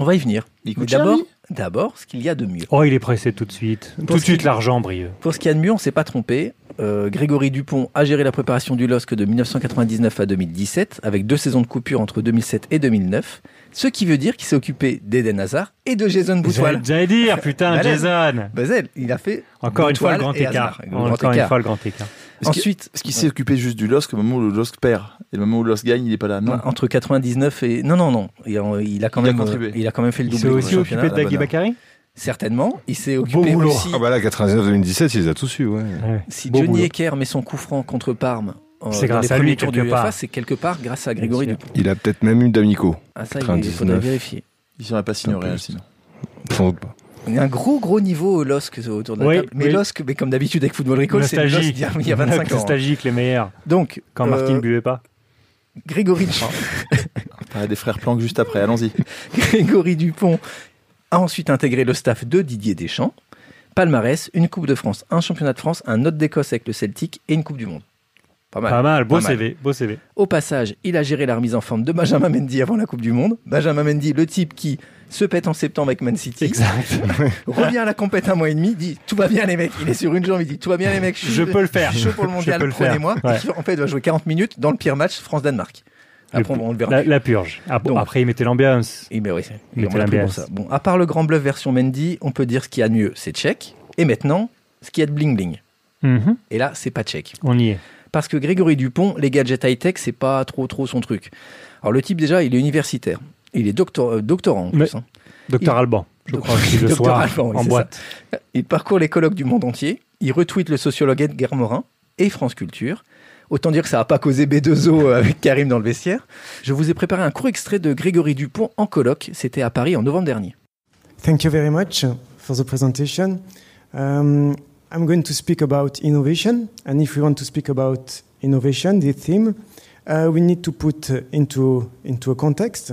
[SPEAKER 2] On va y venir.
[SPEAKER 4] Il
[SPEAKER 2] Mais
[SPEAKER 4] coûte cher,
[SPEAKER 2] d'abord,
[SPEAKER 4] lui
[SPEAKER 2] d'abord, ce qu'il y a de mieux.
[SPEAKER 3] Oh, il est pressé tout de suite. tout de
[SPEAKER 2] ce qui-
[SPEAKER 3] suite, l'argent, Brieux.
[SPEAKER 2] Pour ce qu'il y a de mieux, on s'est pas trompé. Euh, Grégory Dupont a géré la préparation du LOSC de 1999 à 2017, avec deux saisons de coupure entre 2007 et 2009. Ce qui veut dire qu'il s'est occupé d'Eden Hazard et de Jason
[SPEAKER 3] J'allais
[SPEAKER 2] Boutoil.
[SPEAKER 3] j'allais dire, putain,
[SPEAKER 2] Malade.
[SPEAKER 3] Jason.
[SPEAKER 2] Bazel, il a fait
[SPEAKER 3] Encore une fois, le grand
[SPEAKER 2] Boutoil et
[SPEAKER 3] écart.
[SPEAKER 2] Hazard. Le grand
[SPEAKER 3] Encore une
[SPEAKER 2] écart.
[SPEAKER 3] fois, le grand écart.
[SPEAKER 4] Est-ce qu'il-
[SPEAKER 2] Ensuite-
[SPEAKER 4] est-ce qu'il s'est occupé juste du LOSC au moment où le LOSC perd Et le moment où le LOSC gagne, il est pas là Non.
[SPEAKER 2] Ouais, Entre 99 et non non non, il a, il a quand
[SPEAKER 4] Il a
[SPEAKER 2] même euh,
[SPEAKER 4] contribué.
[SPEAKER 2] il a quand même fait le
[SPEAKER 3] Il
[SPEAKER 2] doublé
[SPEAKER 3] s'est
[SPEAKER 2] au
[SPEAKER 3] aussi
[SPEAKER 2] championnat.
[SPEAKER 3] occupé de
[SPEAKER 4] la
[SPEAKER 3] Dagui
[SPEAKER 4] bonne heure.
[SPEAKER 3] Bakary
[SPEAKER 2] Certainement, il s'est occupé
[SPEAKER 3] boulot.
[SPEAKER 2] aussi
[SPEAKER 10] Ah bah là, 99-2017, il les a tous eu, ouais.
[SPEAKER 2] si
[SPEAKER 3] Beau
[SPEAKER 2] Johnny
[SPEAKER 3] boulot.
[SPEAKER 2] Ecker met son coup franc contre Parme. euh,
[SPEAKER 3] C'est
[SPEAKER 2] dans
[SPEAKER 3] grâce
[SPEAKER 2] les
[SPEAKER 3] à
[SPEAKER 2] premiers
[SPEAKER 3] lui,
[SPEAKER 2] tours
[SPEAKER 3] quelque
[SPEAKER 2] du UEFA,
[SPEAKER 3] part.
[SPEAKER 2] c'est quelque part grâce à Grégory
[SPEAKER 3] Bien sûr.
[SPEAKER 2] Dupont.
[SPEAKER 10] Il a peut-être même eu D'Amico.
[SPEAKER 2] Ah ça, il
[SPEAKER 10] 99.
[SPEAKER 2] faudrait vérifier.
[SPEAKER 4] Il s'en a pas signé au Real sinon.
[SPEAKER 10] Sans doute pas.
[SPEAKER 2] Il y a un gros gros niveau au LOSC euh, autour de la
[SPEAKER 3] Oui,
[SPEAKER 2] table. Mais
[SPEAKER 3] oui.
[SPEAKER 2] LOSC, mais comme d'habitude avec Football Recall, c'est le LOSC d'il y a- il y a 25 ans. hein.
[SPEAKER 3] Nostalgique, les meilleurs.
[SPEAKER 2] Donc,
[SPEAKER 3] Quand
[SPEAKER 2] euh,
[SPEAKER 3] Martin ne buvait pas.
[SPEAKER 2] Grégory Dupont.
[SPEAKER 4] Ah, des frères Planck juste après, allons-y.
[SPEAKER 2] Grégory Dupont a ensuite intégré le staff de Didier Deschamps. Palmarès, une Coupe de France, un Championnat de France, un autre d'Écosse avec le Celtic et une Coupe du Monde. Pas mal.
[SPEAKER 3] Pas mal, beau
[SPEAKER 2] Pas mal.
[SPEAKER 3] CV, beau CV.
[SPEAKER 2] Au passage, il a géré la remise en forme de Benjamin Mendy avant la Coupe du Monde. Benjamin Mendy, le type qui se pète en septembre avec Man City,
[SPEAKER 3] Exact.
[SPEAKER 2] revient à la compète un mois et demi, dit tout va bien les mecs, il est sur une jambe, il dit tout va bien les mecs,
[SPEAKER 3] Je peux le faire.
[SPEAKER 2] je suis chaud pour le
[SPEAKER 3] Je
[SPEAKER 2] mondial,
[SPEAKER 3] peux le faire.
[SPEAKER 2] prenez-moi.
[SPEAKER 3] Ouais.
[SPEAKER 2] Et qui, En fait, va jouer 40 minutes dans le pire match France-Danemark. Après,
[SPEAKER 3] Le-
[SPEAKER 2] on le verra.
[SPEAKER 3] La, la purge. Ah, bon,
[SPEAKER 2] Donc.
[SPEAKER 3] après, il mettait l'ambiance.
[SPEAKER 2] Et ben oui,
[SPEAKER 3] Il
[SPEAKER 2] on
[SPEAKER 3] était
[SPEAKER 2] l'a pris
[SPEAKER 3] l'ABS.
[SPEAKER 2] pour ça. Bon, à part le grand bluff version Mendy, on peut dire ce qu'il y a de mieux, c'est tchèque. Et maintenant, ce qu'il y a de bling bling.
[SPEAKER 3] Mhm,
[SPEAKER 2] Et là, c'est pas tchèque.
[SPEAKER 3] On y est.
[SPEAKER 2] Parce que Grégory Dupont, les gadgets high-tech, c'est pas trop trop son truc. Alors le type déjà, il est universitaire. Il est doctor- euh, doctorant en
[SPEAKER 3] Mais-
[SPEAKER 2] plus. hein.
[SPEAKER 3] Docteur
[SPEAKER 2] Il-
[SPEAKER 3] Alban. Je
[SPEAKER 2] Doc-
[SPEAKER 3] crois qu'il le
[SPEAKER 2] Docteur
[SPEAKER 3] soir
[SPEAKER 2] Alban, oui,
[SPEAKER 3] en
[SPEAKER 2] c'est
[SPEAKER 3] boîte.
[SPEAKER 2] Il parcourt les colloques du monde entier. Il retweet le sociologue Edgar Morin et France Culture. Autant dire que ça n'a pas causé B2O euh, avec Karim dans le vestiaire. Je vous ai préparé un court extrait de Grégory Dupont en colloque. C'était à Paris en novembre dernier.
[SPEAKER 13] Thank you very much uh, for the presentation. Um, I'm going to speak about innovation, and if we want to speak about innovation, the theme, uh, we need to put uh, into into a context,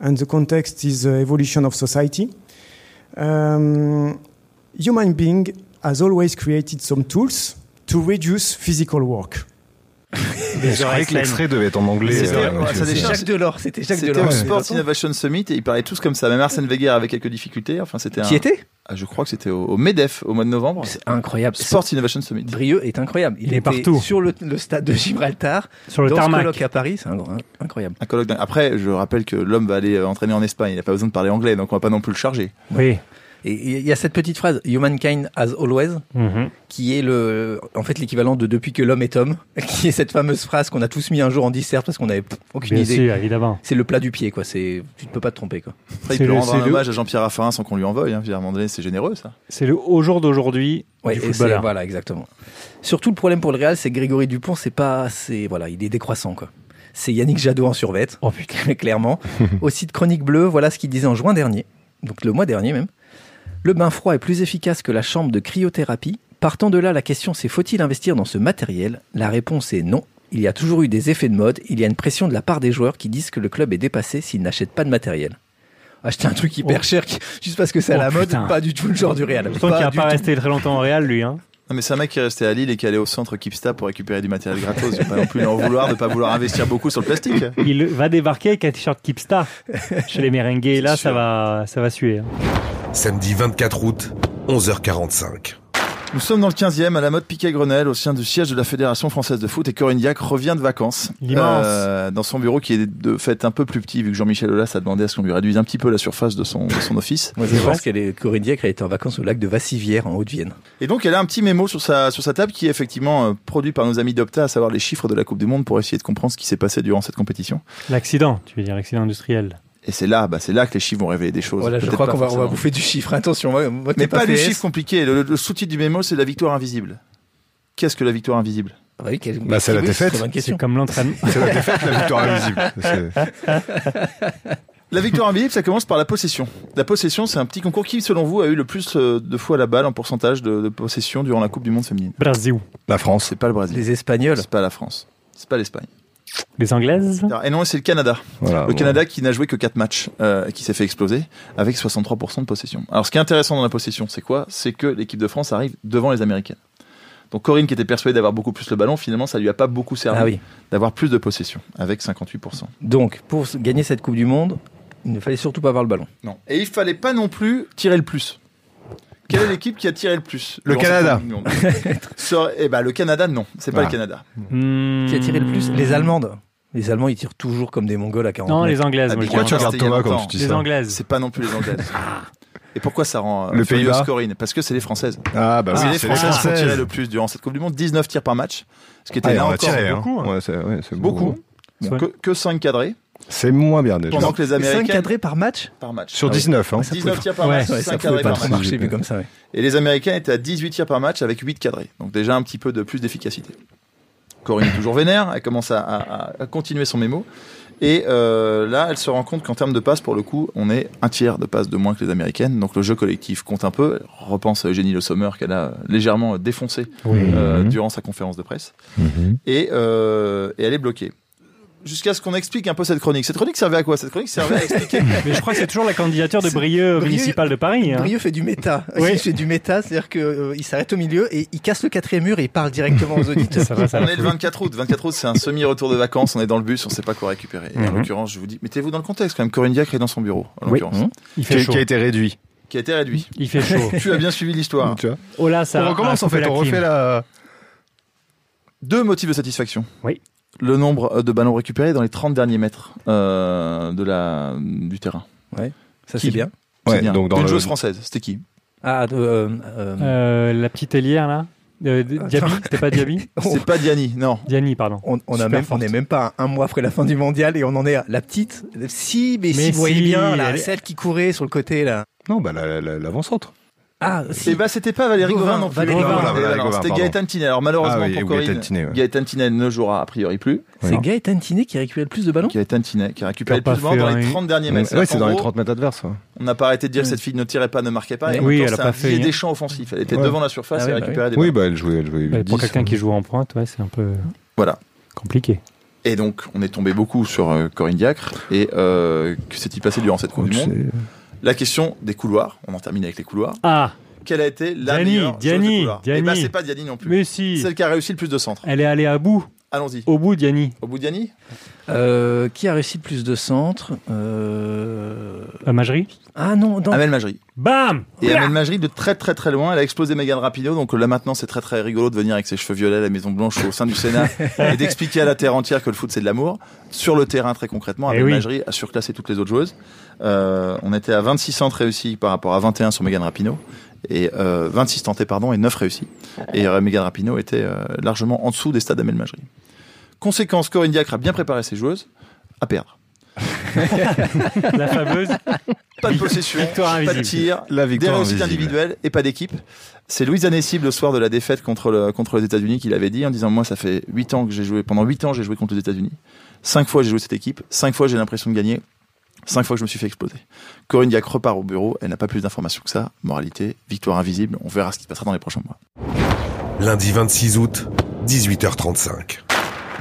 [SPEAKER 13] and the uh, context is the evolution of society. Um, human being has always created some tools to reduce physical work.
[SPEAKER 10] Je croyais que l'extrait devait être en anglais.
[SPEAKER 4] C'était-
[SPEAKER 10] euh,
[SPEAKER 4] ouais, ça
[SPEAKER 10] c'est-
[SPEAKER 4] déchire.
[SPEAKER 2] Jacques Delors, c'était Jacques
[SPEAKER 4] C'était
[SPEAKER 2] Delors.
[SPEAKER 4] au Sports
[SPEAKER 2] Ouais.
[SPEAKER 4] Innovation Summit et ils parlaient tous comme ça. Même Arsène Wenger avait quelques difficultés. Enfin, c'était.
[SPEAKER 2] Qui
[SPEAKER 4] un-
[SPEAKER 2] était
[SPEAKER 4] Ah, Je crois que c'était au, au Medef au mois de novembre.
[SPEAKER 2] Incroyable.
[SPEAKER 4] Sports Innovation Summit.
[SPEAKER 2] Brieux est incroyable. Il,
[SPEAKER 4] Il est
[SPEAKER 2] était
[SPEAKER 4] partout.
[SPEAKER 2] Sur le, le stade de Gibraltar.
[SPEAKER 4] Sur le
[SPEAKER 2] dans ce
[SPEAKER 4] tarmac.
[SPEAKER 2] colloque à Paris, c'est un- un- incroyable.
[SPEAKER 4] Un colloque dingue. Après, je rappelle que l'homme va aller euh, entraîner en Espagne. Il n'a pas besoin de parler anglais, donc on va pas non plus le charger.
[SPEAKER 3] Oui.
[SPEAKER 2] Et il y a cette petite phrase, Humankind as always,
[SPEAKER 3] Mhm.
[SPEAKER 2] qui est le, en fait l'équivalent de Depuis que l'homme est homme, qui est cette fameuse phrase qu'on a tous mis un jour en dissert parce qu'on n'avait pff, aucune
[SPEAKER 3] Bien
[SPEAKER 2] idée.
[SPEAKER 3] sûr, évidemment.
[SPEAKER 2] C'est le plat du pied, quoi. C'est, tu ne peux pas te tromper, quoi.
[SPEAKER 4] Après, il peut rendre un hommage à Jean-Pierre Raffarin sans qu'on lui en veuille. Hein. Je veux dire, à un moment donné, c'est généreux, ça.
[SPEAKER 3] C'est le au jour d'aujourd'hui
[SPEAKER 2] Ouais,
[SPEAKER 3] du
[SPEAKER 2] et
[SPEAKER 3] footballeur.
[SPEAKER 2] c'est- voilà, exactement. Surtout, le problème pour le Real, c'est que Grégory Dupont, c'est pas, c'est voilà, il est décroissant quoi. C'est Yannick Jadot en survêt. Oh putain, clairement. Au site Chronique Bleue, voilà ce qu'il disait en juin dernier, donc le mois dernier même. Le bain froid est plus efficace que la chambre de cryothérapie. Partant de là, la question c'est faut-il investir dans ce matériel La réponse est non. Il y a toujours eu des effets de mode. Il y a une pression de la part des joueurs qui disent que le club est dépassé s'il n'achète pas de matériel. Acheter un truc hyper
[SPEAKER 3] Oh.
[SPEAKER 2] cher qui- juste parce que c'est à
[SPEAKER 3] Oh,
[SPEAKER 2] la mode,
[SPEAKER 3] putain.
[SPEAKER 2] pas du tout le genre du Real.
[SPEAKER 3] Pourtant, qui a
[SPEAKER 2] du
[SPEAKER 3] pas
[SPEAKER 2] tout.
[SPEAKER 3] resté très longtemps au Real, lui. Hein.
[SPEAKER 4] Non, mais c'est un mec qui est resté à Lille et qui est allé au centre Kipsta pour récupérer du matériel gratos. Je vais pas non plus lui en vouloir de pas vouloir investir beaucoup sur le plastique.
[SPEAKER 3] Il va débarquer avec un t-shirt Kipsta chez les merengues. et Là, ça va, ça va suer. hein.
[SPEAKER 1] Samedi 24 août, 11h45.
[SPEAKER 4] Nous sommes dans le 15e à la mode Piquet-Grenelle au sein du siège de la Fédération française de foot et Corinne Diacre revient de vacances
[SPEAKER 3] L'immense.
[SPEAKER 4] Euh, dans son bureau qui est de fait un peu plus petit vu que Jean-Michel Aulas a demandé à ce qu'on lui réduise un petit peu la surface de son, de son office.
[SPEAKER 2] Moi, je pense qu'elle est Corinne Diacre, elle était en vacances au lac de Vassivière en Haute-Vienne.
[SPEAKER 4] Et donc elle a un petit mémo sur sa, sur sa table qui est effectivement euh, produit par nos amis d'Opta, à savoir les chiffres de la Coupe du Monde pour essayer de comprendre ce qui s'est passé durant cette compétition.
[SPEAKER 3] L'accident, tu veux dire, l'accident industriel.
[SPEAKER 4] Et c'est là, bah, c'est là que les chiffres vont révéler des choses.
[SPEAKER 2] Voilà, je
[SPEAKER 4] Peut-être
[SPEAKER 2] crois
[SPEAKER 4] pas
[SPEAKER 2] qu'on va, on va
[SPEAKER 4] forcément.
[SPEAKER 2] bouffer du chiffre. Attention, moi, moi, t'es
[SPEAKER 4] Mais pas, du
[SPEAKER 2] PS.
[SPEAKER 4] chiffre compliqué. Le, le sous-titre du mémo, c'est la victoire invisible. Qu'est-ce que la victoire invisible
[SPEAKER 2] Ah oui, quelle-
[SPEAKER 10] Bah, c'est la
[SPEAKER 2] oui,
[SPEAKER 10] défaite.
[SPEAKER 2] très bonne question.
[SPEAKER 3] C'est comme l'entraînement.
[SPEAKER 10] C'est la défaite, la victoire invisible. C'est-
[SPEAKER 4] La victoire invisible, ça commence par la possession. La possession, c'est un petit concours qui, selon vous, a eu le plus euh, de fois la balle en pourcentage de, de possession durant la Coupe du Monde féminine.
[SPEAKER 3] Brésil.
[SPEAKER 10] La France.
[SPEAKER 4] C'est pas le Brésil.
[SPEAKER 2] Les Espagnols.
[SPEAKER 4] C'est pas la France. C'est pas l'Espagne.
[SPEAKER 3] Les Anglaises.
[SPEAKER 4] Et non, c'est le Canada.
[SPEAKER 10] Voilà,
[SPEAKER 2] Ah
[SPEAKER 4] le
[SPEAKER 10] bon.
[SPEAKER 4] Canada qui n'a joué que 4 matchs, euh, qui s'est fait exploser avec 63% de possession. Alors, ce qui est intéressant dans la possession, c'est quoi C'est que l'équipe de France arrive devant les Américaines. Donc, Corinne, qui était persuadée d'avoir beaucoup plus le ballon, finalement, ça lui a pas beaucoup servi
[SPEAKER 2] Ah oui.
[SPEAKER 4] d'avoir plus de possession avec 58%.
[SPEAKER 2] Donc, pour s- gagner cette Coupe du Monde, il ne fallait surtout pas avoir le ballon.
[SPEAKER 4] Non. Et il fallait pas non plus tirer le plus. Quelle est l'équipe qui a tiré le plus
[SPEAKER 10] Le
[SPEAKER 4] durant cette
[SPEAKER 10] Canada.
[SPEAKER 4] Coupe du Monde Ça- eh ben, le Canada, non. C'est pas
[SPEAKER 10] Ah.
[SPEAKER 4] le Canada.
[SPEAKER 2] Qui a tiré le plus Les Allemandes. Les Allemandes, ils tirent toujours comme des Mongols à 40
[SPEAKER 3] Hmm. Non,
[SPEAKER 2] mètres.
[SPEAKER 3] les Anglaises.
[SPEAKER 4] Ah,
[SPEAKER 3] moi, je
[SPEAKER 4] pourquoi
[SPEAKER 3] dirais.
[SPEAKER 10] tu regardes
[SPEAKER 4] C'était il y a
[SPEAKER 10] Thomas quand
[SPEAKER 4] longtemps.
[SPEAKER 10] tu dis
[SPEAKER 3] Les
[SPEAKER 10] ça
[SPEAKER 3] Anglaises.
[SPEAKER 4] C'est pas non plus les Anglaises. Et pourquoi ça rend
[SPEAKER 10] Le
[SPEAKER 4] le pays
[SPEAKER 10] Pays-Bas
[SPEAKER 4] Corinne Parce que c'est les Françaises.
[SPEAKER 10] Ah, bah
[SPEAKER 4] C'est
[SPEAKER 10] oui,
[SPEAKER 4] les
[SPEAKER 10] c'est les
[SPEAKER 4] Françaises qui ont tiré
[SPEAKER 10] Françaises.
[SPEAKER 4] le plus durant cette Coupe du Monde. 19 tirs par match. Ce qui était
[SPEAKER 10] Ah,
[SPEAKER 4] là
[SPEAKER 10] on a
[SPEAKER 4] encore
[SPEAKER 10] tiré, hein.
[SPEAKER 4] beaucoup. hein.
[SPEAKER 10] Ouais, c'est- ouais, c'est
[SPEAKER 4] Beaucoup.
[SPEAKER 10] beaucoup.
[SPEAKER 4] Bon,
[SPEAKER 3] Ouais.
[SPEAKER 4] que, que 5 cadrés.
[SPEAKER 10] C'est moins bien déjà.
[SPEAKER 4] Pendant que les
[SPEAKER 2] 5
[SPEAKER 4] Américains
[SPEAKER 2] cadrés par match
[SPEAKER 4] par match.
[SPEAKER 10] Sur 19, hein.
[SPEAKER 4] 19 tirs par
[SPEAKER 3] Ouais,
[SPEAKER 4] match,
[SPEAKER 2] Ouais, ça
[SPEAKER 4] 5 cadrés
[SPEAKER 2] pouvait pas
[SPEAKER 4] par
[SPEAKER 2] trop
[SPEAKER 4] match.
[SPEAKER 2] marcher, mais comme ça, ouais.
[SPEAKER 4] Et les Américains étaient à 18 tirs par match avec 8 cadrés. Donc déjà un petit peu de plus d'efficacité. Corinne est toujours vénère, elle commence à, à- à continuer son mémo. Et euh, là, elle se rend compte qu'en termes de passes, pour le coup, on est un tiers de passes de moins que les Américaines. Donc le jeu collectif compte un peu. Elle Repense à Eugénie Le Sommer qu'elle a légèrement défoncé euh, durant sa conférence de presse. Et, euh, et elle est bloquée. Jusqu'à ce qu'on explique un peu cette chronique. Cette chronique servait à quoi Cette chronique servait à expliquer
[SPEAKER 3] Mais je crois que c'est toujours la candidature de Brieux,
[SPEAKER 2] Brieux-
[SPEAKER 3] municipal de Paris. hein.
[SPEAKER 2] Brieux fait du méta.
[SPEAKER 3] Oui.
[SPEAKER 2] Il fait du méta, c'est-à-dire qu'il s'arrête au milieu et il casse le quatrième mur et il parle directement aux auditeurs.
[SPEAKER 3] Ça va, ça
[SPEAKER 4] On
[SPEAKER 3] va.
[SPEAKER 4] est le 24 août. 24 août, c'est un semi-retour de vacances. On est dans le bus, on sait pas quoi récupérer. Et en
[SPEAKER 3] Mhm.
[SPEAKER 4] l'occurrence, je vous dis, mettez-vous dans le contexte quand même. Corinne Diacre est dans son bureau, en
[SPEAKER 2] Oui.
[SPEAKER 4] l'occurrence,
[SPEAKER 2] Mhm.
[SPEAKER 3] Il
[SPEAKER 10] Qui
[SPEAKER 3] fait chaud.
[SPEAKER 10] qui a été réduit.
[SPEAKER 4] qui a été réduit.
[SPEAKER 3] Il fait chaud.
[SPEAKER 4] tu as bien suivi l'histoire.
[SPEAKER 10] Tu vois
[SPEAKER 3] Oh là, ça
[SPEAKER 10] on
[SPEAKER 3] a-
[SPEAKER 10] recommence
[SPEAKER 3] a
[SPEAKER 10] en
[SPEAKER 3] coupé
[SPEAKER 10] fait,
[SPEAKER 3] la
[SPEAKER 10] on
[SPEAKER 3] clim.
[SPEAKER 10] refait la.
[SPEAKER 4] Deux motifs de satisfaction.
[SPEAKER 3] Oui.
[SPEAKER 4] Le nombre de ballons récupérés dans les 30 derniers mètres euh, de la, du terrain.
[SPEAKER 2] Ça,
[SPEAKER 4] Qui
[SPEAKER 2] c'est bien.
[SPEAKER 4] C'est
[SPEAKER 10] Ouais,
[SPEAKER 4] bien.
[SPEAKER 10] donc dans
[SPEAKER 4] Une
[SPEAKER 10] le-
[SPEAKER 4] joueuse française, c'était qui
[SPEAKER 2] Ah, euh, euh,
[SPEAKER 3] Euh, la petite ailière là. Euh, D- Diaby, c'était pas Diaby
[SPEAKER 4] C'est pas Diani, non.
[SPEAKER 3] Diani, pardon.
[SPEAKER 2] On, on, a
[SPEAKER 3] Super
[SPEAKER 2] même, on
[SPEAKER 3] forte.
[SPEAKER 2] n'est même pas à un mois après la fin du mondial et on en est à la petite. Si, mais, si,
[SPEAKER 3] Mais
[SPEAKER 2] vous voyez
[SPEAKER 3] si,
[SPEAKER 2] bien, là,
[SPEAKER 3] elle est-
[SPEAKER 2] celle qui courait sur le côté, là.
[SPEAKER 10] Non, bah la- la- l'avant-centre.
[SPEAKER 2] Ah,
[SPEAKER 4] Et
[SPEAKER 2] si.
[SPEAKER 4] bah c'était pas Valérie
[SPEAKER 2] Gauvin,
[SPEAKER 4] Gauvin non plus.
[SPEAKER 2] Valérie
[SPEAKER 4] Voilà,
[SPEAKER 2] Gauvin.
[SPEAKER 4] voilà,
[SPEAKER 10] Valérie
[SPEAKER 4] non,
[SPEAKER 10] Gauvin,
[SPEAKER 4] C'était
[SPEAKER 10] pardon.
[SPEAKER 4] Gaëtan Tinet. Alors malheureusement
[SPEAKER 10] Ah oui,
[SPEAKER 4] pour
[SPEAKER 10] ou
[SPEAKER 4] Corinne,
[SPEAKER 10] Gaëtan Tinet, ouais.
[SPEAKER 4] Gaëtan Tinet ne jouera a priori plus.
[SPEAKER 2] C'est
[SPEAKER 10] Non.
[SPEAKER 2] Gaëtan Tinet qui récupère le plus de ballons
[SPEAKER 4] Gaëtan Tinet qui a récupéré le
[SPEAKER 3] Qui a
[SPEAKER 4] plus de
[SPEAKER 3] pas
[SPEAKER 4] ballons dans
[SPEAKER 3] fait
[SPEAKER 4] les
[SPEAKER 3] un-
[SPEAKER 4] 30 derniers
[SPEAKER 10] Ouais,
[SPEAKER 4] mètres.
[SPEAKER 10] c'est dans les
[SPEAKER 4] En gros,
[SPEAKER 10] 30 mètres adverses. ouais.
[SPEAKER 4] On n'a pas arrêté de dire que cette fille ne tirait pas, ne marquait pas. Et en
[SPEAKER 3] Mm. Oui,
[SPEAKER 4] même temps,
[SPEAKER 3] elle a
[SPEAKER 4] c'est
[SPEAKER 3] pas
[SPEAKER 4] un
[SPEAKER 3] fait,
[SPEAKER 4] vivier
[SPEAKER 3] hein.
[SPEAKER 4] des champs offensifs. Elle était
[SPEAKER 3] Ouais.
[SPEAKER 4] devant la surface
[SPEAKER 2] Ah
[SPEAKER 4] et
[SPEAKER 2] oui, bah
[SPEAKER 4] récupérait des
[SPEAKER 10] Oui,
[SPEAKER 4] balles.
[SPEAKER 10] bah elle jouait, elle jouait
[SPEAKER 3] Ouais,
[SPEAKER 10] 8,
[SPEAKER 3] pour
[SPEAKER 10] 10,
[SPEAKER 3] quelqu'un
[SPEAKER 10] ouais.
[SPEAKER 3] qui joue en pointe, ouais, c'est un peu
[SPEAKER 4] Voilà.
[SPEAKER 3] compliqué.
[SPEAKER 4] Et donc, on est tombé beaucoup sur euh, Corinne Diacre. Et
[SPEAKER 3] euh,
[SPEAKER 4] euh, que s'est-il passé durant cette Coupe du Monde La question des couloirs. On en termine avec les couloirs.
[SPEAKER 3] Ah,
[SPEAKER 4] quelle a été la
[SPEAKER 3] Diani,
[SPEAKER 4] meilleure
[SPEAKER 3] Diani,
[SPEAKER 4] Et
[SPEAKER 3] Diani.
[SPEAKER 4] ben c'est pas Diani non plus.
[SPEAKER 3] Mais si.
[SPEAKER 4] Celle qui a réussi le plus de centres.
[SPEAKER 3] Elle est allée à bout.
[SPEAKER 4] Allons-y.
[SPEAKER 3] Au bout, Diani.
[SPEAKER 4] Au bout de Diani
[SPEAKER 2] Euh, qui a réussi le plus de centres euh...
[SPEAKER 3] Majri
[SPEAKER 2] Ah non, dans...
[SPEAKER 4] Amel Majri.
[SPEAKER 3] Bam
[SPEAKER 4] Et Amel Majri de très très très loin, elle a explosé Megan Rapido, donc euh, là maintenant c'est très très rigolo de venir avec ses cheveux violets à la Maison Blanche au sein du Sénat et d'expliquer à la terre entière que le foot c'est de l'amour. Sur le terrain très concrètement,
[SPEAKER 3] Eh
[SPEAKER 4] Amel
[SPEAKER 3] oui.
[SPEAKER 4] Majri a surclassé toutes les autres joueuses. Euh, on était à 26 centres réussis par rapport à 21 sur Megan Rapino. Et euh, 26 tentés pardon et 9 réussis. Et euh, Megan Rapino était euh, largement en dessous des stades d'Amel Majri. Conséquence, Corinne Diacre a bien préparé ses joueuses à perdre.
[SPEAKER 3] La fameuse.
[SPEAKER 4] Pas de possession,
[SPEAKER 3] Victoire
[SPEAKER 4] pas de
[SPEAKER 3] invisible.
[SPEAKER 4] tir,
[SPEAKER 10] La victoire
[SPEAKER 4] des réussites
[SPEAKER 10] invisible.
[SPEAKER 4] individuelles et pas d'équipe. C'est Louis Anessible le soir de la défaite contre, le- contre les États-Unis qu'il avait dit en disant Moi, ça fait 8 ans que j'ai joué, pendant 8 ans, j'ai joué contre les États-Unis. 5 fois, j'ai joué cette équipe. 5 fois, j'ai l'impression de gagner. 5 fois, je me suis fait exploser. Corinne Diacre repart au bureau, elle n'a pas plus d'informations que ça. Moralité, victoire invisible, on verra ce qui se passera dans les prochains mois.
[SPEAKER 1] Lundi 26 août, 18h35.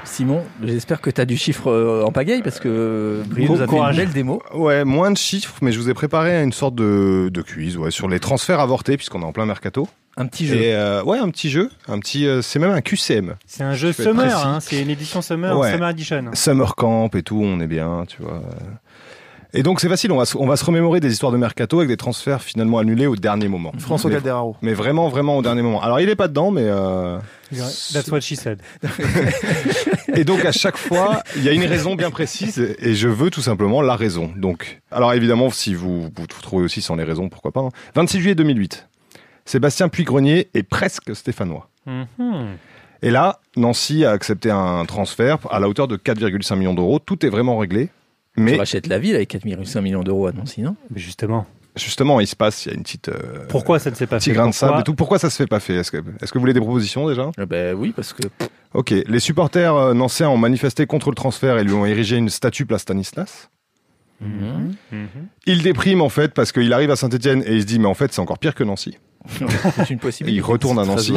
[SPEAKER 2] Simon, j'espère que tu as du chiffre euh, en pagaille parce que Brion nous a fait une belle démo.
[SPEAKER 10] Ouais, moins de chiffres, mais je vous ai préparé une sorte de, de quiz ouais, sur les transferts avortés, puisqu'on est en plein mercato.
[SPEAKER 2] Un petit jeu.
[SPEAKER 10] Et, euh, ouais, un petit jeu. Un petit, euh, c'est même un QCM.
[SPEAKER 3] C'est un jeu
[SPEAKER 10] Je vais être
[SPEAKER 3] summer,
[SPEAKER 10] précis.
[SPEAKER 3] hein, c'est une édition summer,
[SPEAKER 10] Ouais.
[SPEAKER 3] summer edition.
[SPEAKER 10] Summer camp et tout, on est bien, tu vois. Et donc c'est facile, on va, se, on va se remémorer des histoires de mercato avec des transferts finalement annulés au dernier moment.
[SPEAKER 4] François
[SPEAKER 10] Mais-
[SPEAKER 4] Calderaro.
[SPEAKER 10] Mais vraiment, vraiment au dernier moment. Alors il est pas dedans, mais euh,
[SPEAKER 3] That's what she said.
[SPEAKER 10] Et donc à chaque fois, il y a une raison bien précise et je veux tout simplement la raison. Donc, alors évidemment, si vous vous trouvez aussi sans les raisons, pourquoi pas. hein. 26 juillet 2008, Sébastien Puy-Grenier est presque stéphanois.
[SPEAKER 3] Mhm.
[SPEAKER 10] Et là, Nancy a accepté un transfert à la hauteur de 4,5 millions d'euros. Tout est vraiment réglé. Mais
[SPEAKER 2] Tu rachètes la ville avec 4,5 millions d'euros à Nancy, non
[SPEAKER 3] Mais justement.
[SPEAKER 10] justement, il se passe, il y a une petite, euh,
[SPEAKER 3] Pourquoi ça ne s'est pas
[SPEAKER 10] petit
[SPEAKER 3] fait
[SPEAKER 10] grain de sable
[SPEAKER 3] Pourquoi
[SPEAKER 10] et tout. Pourquoi ça se fait pas fait Est-ce que, est-ce que vous voulez des propositions déjà
[SPEAKER 2] Ben oui, parce que.
[SPEAKER 10] Ok, les supporters euh, nancéens ont manifesté contre le transfert et lui ont érigé une statue place Stanislas.
[SPEAKER 2] Mhm.
[SPEAKER 10] Il déprime en fait parce qu'il arrive à Saint-Etienne et il se dit mais en fait c'est encore pire que Nancy.
[SPEAKER 2] C'est une
[SPEAKER 10] Et il
[SPEAKER 2] possibilité.
[SPEAKER 10] retourne à Nancy.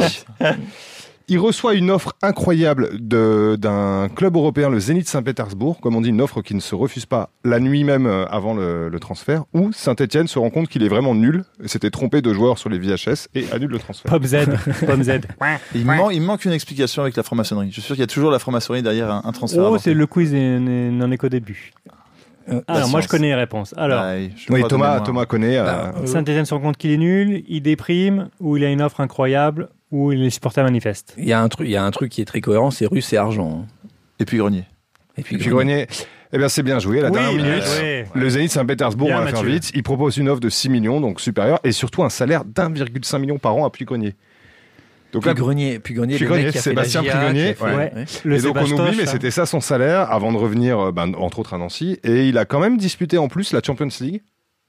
[SPEAKER 10] Il reçoit une offre incroyable de- d'un club européen, le Zénith Saint-Pétersbourg, comme on dit, une offre qui ne se refuse pas la nuit même euh, avant le, le transfert, où Saint-Etienne se rend compte qu'il est vraiment nul, s'était trompé de joueur sur les VHS et annule le transfert.
[SPEAKER 3] Pomme Z. Pomme Z.
[SPEAKER 4] Il, man- il manque une explication avec la franc-maçonnerie. Je suis sûr qu'il y a toujours la franc-maçonnerie derrière un, un transfert.
[SPEAKER 3] Oh,
[SPEAKER 4] avorté.
[SPEAKER 3] c'est le quiz et- et- n'en est qu'au début.
[SPEAKER 10] Euh,
[SPEAKER 3] Alors, moi,
[SPEAKER 4] science.
[SPEAKER 3] je connais les réponses. Alors,
[SPEAKER 4] Ah oui, je crois
[SPEAKER 10] Oui,
[SPEAKER 4] de
[SPEAKER 10] Thomas,
[SPEAKER 3] hein.
[SPEAKER 4] mémoire.
[SPEAKER 10] Thomas connaît. euh,
[SPEAKER 3] Bah, Saint-Etienne se rend compte qu'il est nul, il déprime, ou il a une offre incroyable, ou les supporters manifestent.
[SPEAKER 2] Il y, a un truc, il y a un truc qui est très cohérent, c'est russe et argent. hein.
[SPEAKER 4] Et puis Grenier.
[SPEAKER 2] Et puis,
[SPEAKER 10] Puis Grenier, eh bien c'est bien joué, la
[SPEAKER 3] Oui,
[SPEAKER 10] dernière
[SPEAKER 3] bien
[SPEAKER 10] minute.
[SPEAKER 3] joué.
[SPEAKER 10] Le Zénith Saint-Pétersbourg,
[SPEAKER 3] Bien,
[SPEAKER 10] on va faire
[SPEAKER 3] Mathieu.
[SPEAKER 10] vite. Il propose une offre de 6 millions, donc supérieure, et surtout un salaire d'1,5 million par an à Puy-Grenier. Donc
[SPEAKER 2] Puis
[SPEAKER 10] là,
[SPEAKER 2] Grenier, puis Grenier, le
[SPEAKER 10] Puy-Grenier,
[SPEAKER 2] mec qui a fait la
[SPEAKER 10] Sébastien
[SPEAKER 2] GIA, qui a
[SPEAKER 10] Puy-Grenier,
[SPEAKER 2] fait-
[SPEAKER 10] ouais.
[SPEAKER 2] ouais.
[SPEAKER 3] Le
[SPEAKER 10] et donc on
[SPEAKER 3] Sébastoche,
[SPEAKER 10] oublie, mais
[SPEAKER 3] là.
[SPEAKER 10] c'était ça son salaire avant de revenir, euh, ben, entre autres à Nancy. Et il a quand même disputé en plus la Champions League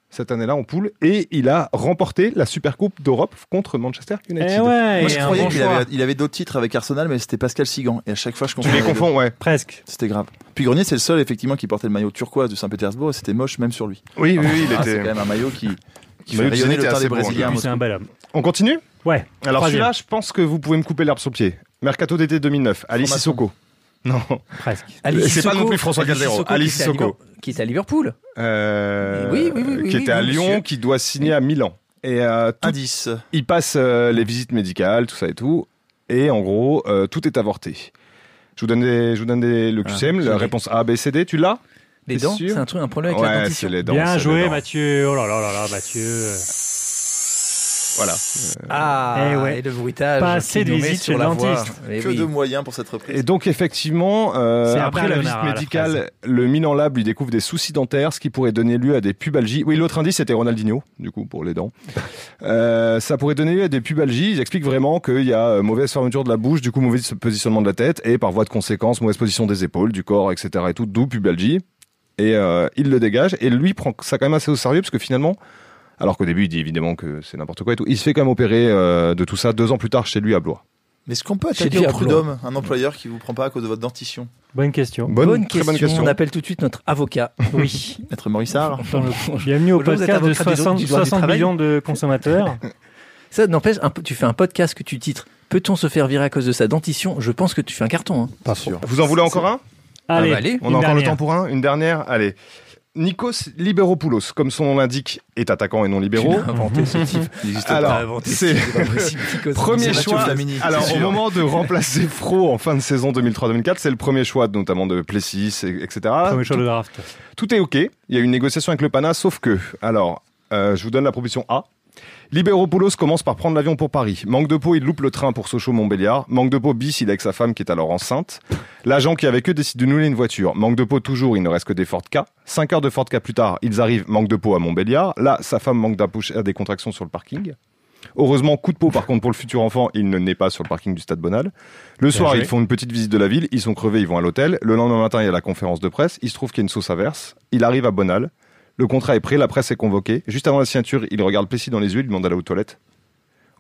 [SPEAKER 10] cette année-là en poule, et il a remporté la Supercoupe d'Europe contre Manchester United.
[SPEAKER 3] Eh ouais,
[SPEAKER 4] Moi, je
[SPEAKER 3] et un
[SPEAKER 4] croyais
[SPEAKER 3] bon
[SPEAKER 4] qu'il
[SPEAKER 3] choix.
[SPEAKER 4] avait, il avait d'autres titres avec Arsenal, mais c'était Pascal Sigan. Et à chaque fois, je
[SPEAKER 10] Tu
[SPEAKER 4] confondais.
[SPEAKER 10] les
[SPEAKER 4] deux.
[SPEAKER 10] confonds, ouais.
[SPEAKER 3] Presque.
[SPEAKER 4] C'était grave. Puis Grenier, c'est le seul effectivement qui portait le maillot turquoise de Saint-Pétersbourg et c'était moche même sur lui.
[SPEAKER 10] Oui, oui, oui, il
[SPEAKER 4] Ah, C'est
[SPEAKER 10] était.
[SPEAKER 4] quand même un maillot qui, qui fait
[SPEAKER 10] Maillot de
[SPEAKER 4] rayonner
[SPEAKER 10] Zénith
[SPEAKER 4] le
[SPEAKER 10] est
[SPEAKER 4] teint
[SPEAKER 10] assez
[SPEAKER 4] des
[SPEAKER 10] bon,
[SPEAKER 4] Brésiliens. à
[SPEAKER 3] Puis,
[SPEAKER 4] Moscou.
[SPEAKER 3] C'est un bel homme.
[SPEAKER 10] On continue
[SPEAKER 3] Ouais.
[SPEAKER 10] Alors
[SPEAKER 3] Troisième.
[SPEAKER 10] celui-là, je pense que vous pouvez me couper l'herbe sous le pied. Mercato d'été 2009, Alice
[SPEAKER 4] Formation.
[SPEAKER 10] Sissoko. Non.
[SPEAKER 3] Presque.
[SPEAKER 2] Alice
[SPEAKER 10] C'est pas
[SPEAKER 2] Sissoko,
[SPEAKER 10] non plus François
[SPEAKER 2] Alice
[SPEAKER 10] Calderaro,
[SPEAKER 2] Sissoko,
[SPEAKER 10] Alice
[SPEAKER 2] qui était à
[SPEAKER 10] Sissoko.
[SPEAKER 2] Liver- Qui est à Liverpool.
[SPEAKER 10] Euh,
[SPEAKER 2] Oui, oui, oui, oui,
[SPEAKER 10] qui
[SPEAKER 2] oui,
[SPEAKER 10] était à
[SPEAKER 2] oui,
[SPEAKER 10] Lyon,
[SPEAKER 2] monsieur. Ah.
[SPEAKER 10] qui doit signer à Milan. Et euh, tout-
[SPEAKER 4] Indice.
[SPEAKER 10] il passe euh, les visites médicales, tout ça et tout. Et en gros, euh, tout est avorté. Je vous donne, des, je vous donne des, le QCM,
[SPEAKER 2] Ah, je
[SPEAKER 10] la
[SPEAKER 2] l'ai.
[SPEAKER 10] réponse A, B, C, D. Tu l'as
[SPEAKER 2] Les
[SPEAKER 10] T'es
[SPEAKER 2] dents,
[SPEAKER 10] sûr
[SPEAKER 2] c'est un truc, un problème avec la
[SPEAKER 10] Ouais,
[SPEAKER 2] dentition.
[SPEAKER 10] c'est les dents. c'est
[SPEAKER 3] Bien
[SPEAKER 10] les
[SPEAKER 3] joué,
[SPEAKER 10] dents.
[SPEAKER 3] Mathieu. Oh là là là là, Mathieu.
[SPEAKER 10] Voilà.
[SPEAKER 2] Ah,
[SPEAKER 3] Eh ouais.
[SPEAKER 2] et le bruitage.
[SPEAKER 3] Pas assez
[SPEAKER 2] qui nous met
[SPEAKER 3] d'hésite
[SPEAKER 2] sur
[SPEAKER 3] chez
[SPEAKER 2] la
[SPEAKER 3] le
[SPEAKER 2] voie.
[SPEAKER 3] dentiste.
[SPEAKER 2] Eh
[SPEAKER 4] Que
[SPEAKER 2] oui.
[SPEAKER 4] de moyens pour cette reprise.
[SPEAKER 10] Et donc effectivement, euh,
[SPEAKER 3] C'est un
[SPEAKER 10] après la
[SPEAKER 3] Bernard,
[SPEAKER 10] visite
[SPEAKER 3] la
[SPEAKER 10] médicale,
[SPEAKER 3] phrase.
[SPEAKER 10] le Milan Lab lui découvre des soucis dentaires, ce qui pourrait donner lieu à des pubalgies. Oui, l'autre indice c'était Ronaldinho, du coup pour les dents. Euh, ça pourrait donner lieu à des pubalgies. Ils expliquent vraiment qu'il y a euh, mauvaise fermeture de la bouche, du coup mauvais positionnement de la tête et par voie de conséquence mauvaise position des épaules, du corps, etc. Et tout, d'où pubalgie. Et euh, il le dégage et lui prend ça quand même assez au sérieux parce que finalement. Alors qu'au début, il dit évidemment que c'est n'importe quoi et tout. Il se fait quand même opérer euh, de tout ça deux ans plus tard chez lui à Blois.
[SPEAKER 4] Mais est-ce qu'on peut
[SPEAKER 2] Chez
[SPEAKER 4] attaquer au
[SPEAKER 2] Pierre
[SPEAKER 4] prud'homme un employeur qui vous prend pas à cause de votre dentition
[SPEAKER 3] Bonne question.
[SPEAKER 10] Bonne,
[SPEAKER 2] Bonne,
[SPEAKER 10] très
[SPEAKER 2] question.
[SPEAKER 10] bonne question.
[SPEAKER 2] On appelle tout de suite notre avocat. Oui.
[SPEAKER 4] Maître Morissard
[SPEAKER 2] Dans le-
[SPEAKER 3] Bienvenue au
[SPEAKER 2] Bonjour, vous êtes
[SPEAKER 3] podcast de
[SPEAKER 2] avocat du droit-
[SPEAKER 3] 60,
[SPEAKER 2] du droit du
[SPEAKER 3] 60
[SPEAKER 2] travail.
[SPEAKER 3] millions de consommateurs.
[SPEAKER 2] Ça n'empêche, un peu- tu fais un podcast que tu titres Peut-on se faire virer à cause de sa dentition Je pense que tu fais un carton. hein.
[SPEAKER 4] Pas sûr.
[SPEAKER 10] Vous en voulez encore un
[SPEAKER 3] Allez,
[SPEAKER 2] bah allez,
[SPEAKER 10] On a encore le temps pour un Une dernière Allez. Nikos Liberopoulos, comme son nom l'indique, est attaquant et non libéraux.
[SPEAKER 2] Tu l'as inventé, ce type. Il existe pas. T'as
[SPEAKER 10] Alors,
[SPEAKER 2] inventé ce
[SPEAKER 10] c'est
[SPEAKER 2] type, c'est pas possible, Nikos.
[SPEAKER 10] premier
[SPEAKER 2] C'est Mathieu
[SPEAKER 10] choix.
[SPEAKER 2] Flamini, c'est
[SPEAKER 10] Alors, au
[SPEAKER 2] sûr.
[SPEAKER 10] moment de remplacer Fro en fin de saison 2003-2004, c'est le premier choix, notamment de Plessis, et- etc.
[SPEAKER 3] Premier choix
[SPEAKER 10] Tout-
[SPEAKER 3] de draft.
[SPEAKER 10] Tout est OK. Il y a eu une négociation avec le PANA, sauf que. Alors, euh, je vous donne la proposition A. Libéropoulos commence par prendre l'avion pour Paris. Manque de peau, il loupe le train pour Sochaux-Montbéliard. Manque de peau bis, il est avec sa femme qui est alors enceinte. L'agent qui est avec eux décide de nouer une voiture. Manque de peau toujours, il ne reste que des Ford K. 5 heures de Ford K plus tard, ils arrivent, manque de peau à Montbéliard. Là, sa femme manque d'apouche à des contractions sur le parking. Heureusement, coup de peau par contre pour le futur enfant, il ne naît pas sur le parking du Stade Bonal. Le
[SPEAKER 14] Bien
[SPEAKER 10] soir,
[SPEAKER 14] joué.
[SPEAKER 10] ils font une petite visite de la ville, ils sont crevés, ils vont à l'hôtel. Le lendemain matin, il y a la conférence de presse, il se trouve qu'il y a une sauce averse. Il arrive à Bonal, le contrat est prêt, la presse est convoquée. Juste avant la signature, il regarde Plessis dans les yeux, il demande d'aller aux toilettes.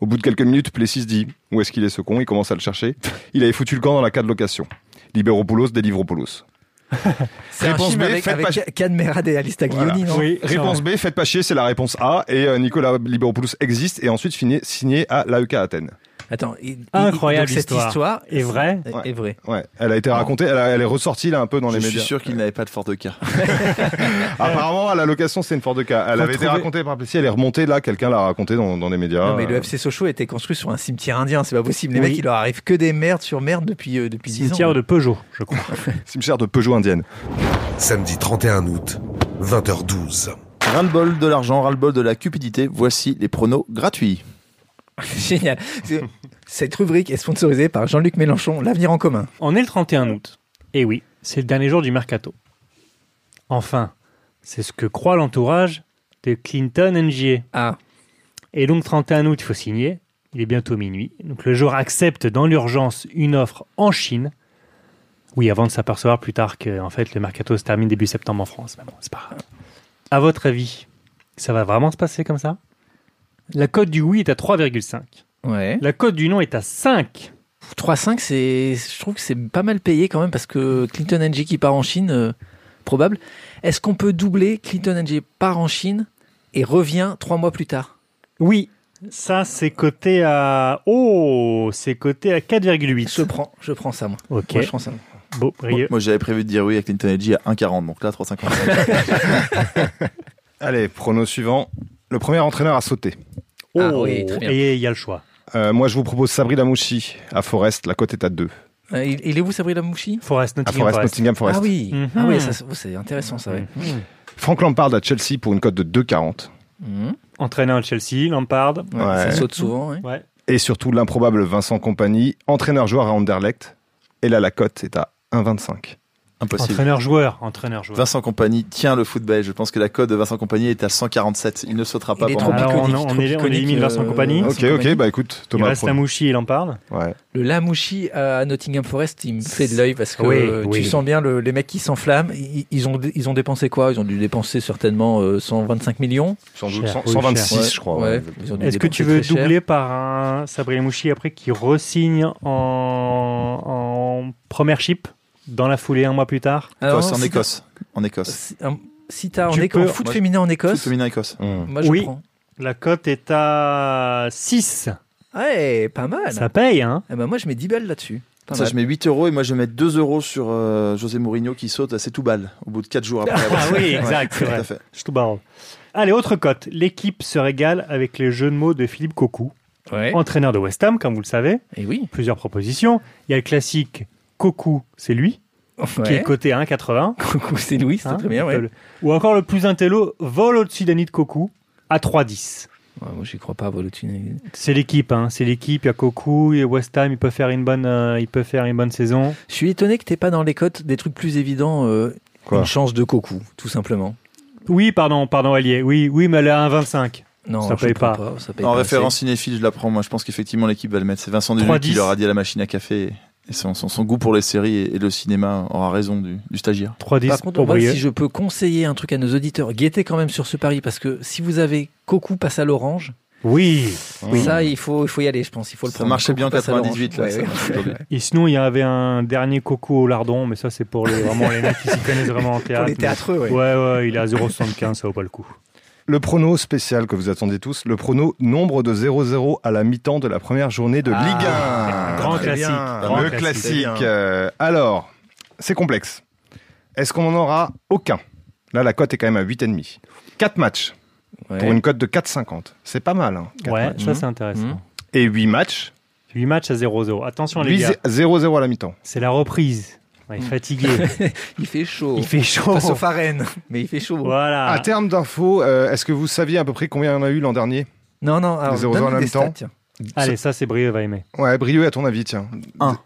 [SPEAKER 10] Au bout de quelques minutes, Plessis se dit Où est-ce qu'il est ce con Il commence à le chercher. Il avait foutu le camp dans la carte de location. Libéropoulos, Délivropoulos.
[SPEAKER 2] C'est un film avec,
[SPEAKER 10] faites
[SPEAKER 2] avec
[SPEAKER 10] pas chier.
[SPEAKER 2] Cadmerade et Alista Guilloni, non
[SPEAKER 10] réponse B, faites pas chier, c'est la réponse A. Et euh, Nicolas Libéropoulos existe et ensuite fini- signé à l'AEK Athènes.
[SPEAKER 2] Attends, il- il-
[SPEAKER 3] Incroyable
[SPEAKER 2] donc cette
[SPEAKER 3] histoire.
[SPEAKER 2] histoire
[SPEAKER 3] Est vraie
[SPEAKER 2] Est, est vraie.
[SPEAKER 10] Ouais, elle a été racontée, elle, a- elle est ressortie là un peu dans
[SPEAKER 4] Je
[SPEAKER 10] les
[SPEAKER 4] suis
[SPEAKER 10] médias.
[SPEAKER 4] sûr qu'il n'avait pas de Ford K.
[SPEAKER 10] Apparemment, à la location, c'est une Ford K. Elle avait été
[SPEAKER 2] Retrouver-
[SPEAKER 10] racontée par Plessis, elle est remontée là, quelqu'un l'a racontée dans, dans les médias.
[SPEAKER 2] Non, mais le
[SPEAKER 10] Euh,
[SPEAKER 2] FC Sochaux était construit sur un cimetière indien, c'est pas possible. Les
[SPEAKER 10] Oui.
[SPEAKER 2] mecs, il leur arrive que des merdes sur merdes depuis, euh, depuis 10 ans.
[SPEAKER 3] Cimetière de Peugeot, je crois.
[SPEAKER 10] Cimetière de Peugeot indienne.
[SPEAKER 1] Samedi 31 août, 20h12.
[SPEAKER 4] Ras-le-bol de l'argent, ras-le-bol de la cupidité, voici les pronos gratuits.
[SPEAKER 2] Génial. C'est- Cette rubrique est sponsorisée par Jean-Luc Mélenchon, l'avenir en commun.
[SPEAKER 3] On est le 31 août. Et oui, c'est le dernier jour du mercato. Enfin, c'est ce que croit l'entourage de Clinton NGA.
[SPEAKER 2] Ah.
[SPEAKER 3] Et donc 31 août, il faut signer. Il est bientôt minuit. Donc le joueur accepte dans l'urgence une offre en Chine. Oui, avant de s'apercevoir plus tard que en fait le mercato se termine début septembre en France. Mais bon, c'est pas grave. À votre avis, ça va vraiment se passer comme ça La cote du oui est à 3,5.
[SPEAKER 2] Ouais.
[SPEAKER 3] La cote du non est à 5.
[SPEAKER 2] 3-5, c'est, je trouve que c'est pas mal payé quand même parce que Clinton NG qui part en Chine, euh, probable. Est-ce qu'on peut doubler Clinton NG part en Chine et revient trois mois plus tard
[SPEAKER 3] Oui. Ça, c'est coté à. Oh C'est coté à 4,8.
[SPEAKER 2] Je prends, je prends ça, moi.
[SPEAKER 3] Ok.
[SPEAKER 2] Moi, je prends ça.
[SPEAKER 3] Beau,
[SPEAKER 4] Moi,
[SPEAKER 3] Brieux.
[SPEAKER 4] moi, j'avais prévu de dire oui à Clinton Edgy à 1,40, donc là 3,50.
[SPEAKER 10] Allez, prono suivant. Le premier entraîneur à sauter.
[SPEAKER 3] Oh,
[SPEAKER 2] Ah oui, très bien.
[SPEAKER 3] Et il y a le choix.
[SPEAKER 10] Euh, moi, je vous propose Sabri Damouchi à Forest. La cote est à 2.
[SPEAKER 2] Euh, il, il est où Sabri Lamouchi
[SPEAKER 3] Forest,
[SPEAKER 10] À
[SPEAKER 3] Nottingham
[SPEAKER 10] Forest,
[SPEAKER 3] Forest.
[SPEAKER 10] Nottingham Forest.
[SPEAKER 2] Ah oui,
[SPEAKER 3] Mhm.
[SPEAKER 2] ah oui, ça, c'est- c'est intéressant ça. ouais.
[SPEAKER 10] Franck Lampard à Chelsea pour une cote de 2,40.
[SPEAKER 2] Mhm.
[SPEAKER 3] Entraîneur de Chelsea, Lampard.
[SPEAKER 2] Ouais, Ça
[SPEAKER 10] Ouais.
[SPEAKER 2] saute souvent. ouais.
[SPEAKER 3] Ouais.
[SPEAKER 10] Et surtout l'improbable Vincent Compagnie, entraîneur-joueur à Anderlecht. Et là, la cote est à 1,25.
[SPEAKER 4] Impossible.
[SPEAKER 3] Entraîneur-joueur. Entraîneur-joueur.
[SPEAKER 4] Vincent Compagnie tient le foot belge. Je pense que la cote de Vincent Compagnie est à 147. Il ne sautera pas
[SPEAKER 2] Il est
[SPEAKER 4] pendant
[SPEAKER 2] trop
[SPEAKER 3] Alors,
[SPEAKER 2] iconique,
[SPEAKER 3] on- on
[SPEAKER 2] trop
[SPEAKER 3] est- on
[SPEAKER 2] iconique,
[SPEAKER 3] élimine Vincent Compagnie.
[SPEAKER 2] euh, Ah, Vincent
[SPEAKER 10] Ok, ok,
[SPEAKER 2] Compagnie.
[SPEAKER 10] bah écoute,
[SPEAKER 3] Il
[SPEAKER 10] Thomas.
[SPEAKER 3] reste
[SPEAKER 10] promis.
[SPEAKER 3] Lamouchi et Lampard.
[SPEAKER 10] Ouais.
[SPEAKER 2] Le Lamouchi à Nottingham Forest, il me fait de l'œil parce que
[SPEAKER 3] Oui,
[SPEAKER 2] euh,
[SPEAKER 3] oui.
[SPEAKER 2] tu sens bien le- les mecs qui s'enflamment. Ils, ils ont, ils ont dépensé quoi Ils ont dû dépenser certainement euh, 125 millions.
[SPEAKER 10] Sans doute
[SPEAKER 3] Cher,
[SPEAKER 10] 100-
[SPEAKER 3] oui,
[SPEAKER 10] 126,
[SPEAKER 2] cher.
[SPEAKER 10] je crois.
[SPEAKER 4] Oh,
[SPEAKER 2] Ouais.
[SPEAKER 10] ouais.
[SPEAKER 2] Ils ont dû
[SPEAKER 3] Est-ce que
[SPEAKER 2] dépenser
[SPEAKER 3] tu veux
[SPEAKER 2] très cher.
[SPEAKER 3] doubler par un Sabri Lamouchi après qui re-signe en... en première chip dans la foulée un mois plus tard
[SPEAKER 2] Alors,
[SPEAKER 4] Écosse, en
[SPEAKER 2] si
[SPEAKER 4] Écosse. En
[SPEAKER 2] t'as-
[SPEAKER 4] Écosse.
[SPEAKER 2] Si, un- si t'as en,
[SPEAKER 3] Tu
[SPEAKER 2] Éco- en
[SPEAKER 3] peux-
[SPEAKER 2] foot
[SPEAKER 4] moi, je-
[SPEAKER 2] féminin en
[SPEAKER 4] Foot
[SPEAKER 2] Écosse,
[SPEAKER 4] féminin Écosse.
[SPEAKER 10] Mmh.
[SPEAKER 2] moi je
[SPEAKER 3] Oui.
[SPEAKER 2] prends.
[SPEAKER 3] La cote est à 6.
[SPEAKER 2] Ouais, pas mal.
[SPEAKER 3] Ça paye, hein
[SPEAKER 2] Eh ben, moi je mets 10 balles là-dessus. Pas
[SPEAKER 4] Ça,
[SPEAKER 2] mal.
[SPEAKER 4] je mets 8 euros et moi je vais mettre 2 euros sur euh, José Mourinho qui saute à ses tout balles au bout de 4 jours après.
[SPEAKER 3] Ah oui,
[SPEAKER 4] Ouais,
[SPEAKER 3] exact, c'est
[SPEAKER 4] tout
[SPEAKER 3] vrai.
[SPEAKER 4] à fait.
[SPEAKER 3] Je te barre. Allez, autre cote. L'équipe se régale avec les jeux de mots de Philippe Cocou,
[SPEAKER 2] Ouais.
[SPEAKER 3] entraîneur de West Ham, comme vous le savez.
[SPEAKER 2] Et oui.
[SPEAKER 3] Plusieurs propositions. Il y a le classique Cocou, c'est lui, qui est
[SPEAKER 2] Ouais.
[SPEAKER 3] coté à 1,80.
[SPEAKER 2] Coucou, c'est Louis, c'est
[SPEAKER 3] hein,
[SPEAKER 2] très bien. Ah Ouais.
[SPEAKER 3] le- Ou encore le plus intello, Vol au-dessus d'Annie de Cocou, à 3,10.
[SPEAKER 2] Ouais, moi j'y crois pas, Volotune.
[SPEAKER 3] C'est l'équipe, hein. c'est l'équipe. Il y a Cocou, il y a West Ham, ils peuvent faire une bonne, euh, ils peuvent faire une bonne saison.
[SPEAKER 2] Je suis étonné que t'aies pas dans les cotes des trucs plus évidents. euh,
[SPEAKER 10] Quoi
[SPEAKER 2] une chance de Cocu, tout simplement.
[SPEAKER 3] Oui, pardon, pardon, Allier. Oui, oui, mais elle est à 1,25.
[SPEAKER 2] Non,
[SPEAKER 3] Ça
[SPEAKER 2] je
[SPEAKER 3] paye
[SPEAKER 2] prends
[SPEAKER 3] pas.
[SPEAKER 2] ça paye
[SPEAKER 4] En
[SPEAKER 2] pas
[SPEAKER 4] référence cinéphile, je la prends. Moi, je pense qu'effectivement l'équipe va le mettre. C'est Vincent Deluc
[SPEAKER 3] 3-10.
[SPEAKER 4] qui leur a dit à la machine à café. Et son, son- son goût pour les séries et, et le cinéma aura raison du, du stagiaire.
[SPEAKER 2] Par
[SPEAKER 3] 3,10
[SPEAKER 2] contre,
[SPEAKER 3] pour
[SPEAKER 2] moi,
[SPEAKER 3] briller.
[SPEAKER 2] si je peux conseiller un truc à nos auditeurs, guettez quand même sur ce pari parce que si vous avez Cocu passe à l'orange,
[SPEAKER 3] Oui. Oui.
[SPEAKER 2] ça il faut, il faut y aller, je pense. Il faut le
[SPEAKER 4] Ça
[SPEAKER 2] prendre.
[SPEAKER 4] marchait bien en
[SPEAKER 2] Cocu passe à
[SPEAKER 4] 98 là.
[SPEAKER 2] l'orange. Ouais,
[SPEAKER 4] ça
[SPEAKER 2] ouais.
[SPEAKER 4] marche aujourd'hui.
[SPEAKER 3] Et sinon, il y avait un dernier coco au lardon, mais ça, c'est pour les, vraiment les mecs qui s'y connaissent vraiment en théâtre.
[SPEAKER 2] Pour les
[SPEAKER 3] mais-
[SPEAKER 2] théâtreux, ouais.
[SPEAKER 3] Ouais, ouais, il est à 0,75, ça vaut pas le coup.
[SPEAKER 10] Le prono spécial que vous attendez tous, le prono nombre de 0-0 à la mi-temps de la première journée de Ligue 1.
[SPEAKER 3] Grand
[SPEAKER 10] Ah, Très
[SPEAKER 3] classique.
[SPEAKER 10] bien.
[SPEAKER 3] Grand
[SPEAKER 10] le
[SPEAKER 3] classique.
[SPEAKER 10] classique. Euh, alors, c'est complexe. Est-ce qu'on en aura aucun Là, la cote est quand même à 8,5. 4 matchs pour
[SPEAKER 3] Ouais.
[SPEAKER 10] une cote de 4,50. C'est pas mal. Hein, quatre
[SPEAKER 3] Ouais,
[SPEAKER 10] matchs.
[SPEAKER 3] ça c'est
[SPEAKER 2] Mmh.
[SPEAKER 3] intéressant.
[SPEAKER 10] Et 8 matchs.
[SPEAKER 3] 8 matchs à 0-0. Attention les
[SPEAKER 10] Huit
[SPEAKER 3] gars.
[SPEAKER 10] zé- 0-0 à la mi-temps.
[SPEAKER 3] C'est la reprise. Ouais,
[SPEAKER 2] Mmh.
[SPEAKER 3] il est fatigué.
[SPEAKER 2] il fait chaud.
[SPEAKER 3] Il fait chaud. Ah.
[SPEAKER 2] Pas sauf à Rennes, mais il fait chaud.
[SPEAKER 3] Voilà.
[SPEAKER 10] À
[SPEAKER 2] Ah,
[SPEAKER 10] terme d'infos, euh, est-ce que vous saviez à peu près combien il y en a eu l'an dernier
[SPEAKER 2] Non, non, alors,
[SPEAKER 10] Les 0-0 à
[SPEAKER 2] donne-nous
[SPEAKER 10] la
[SPEAKER 2] des
[SPEAKER 10] mi-temps.
[SPEAKER 2] stats, tiens.
[SPEAKER 3] Allez, ça c'est Brieux va aimer.
[SPEAKER 10] Ouais, Brieux, à ton avis, tiens.
[SPEAKER 4] Un.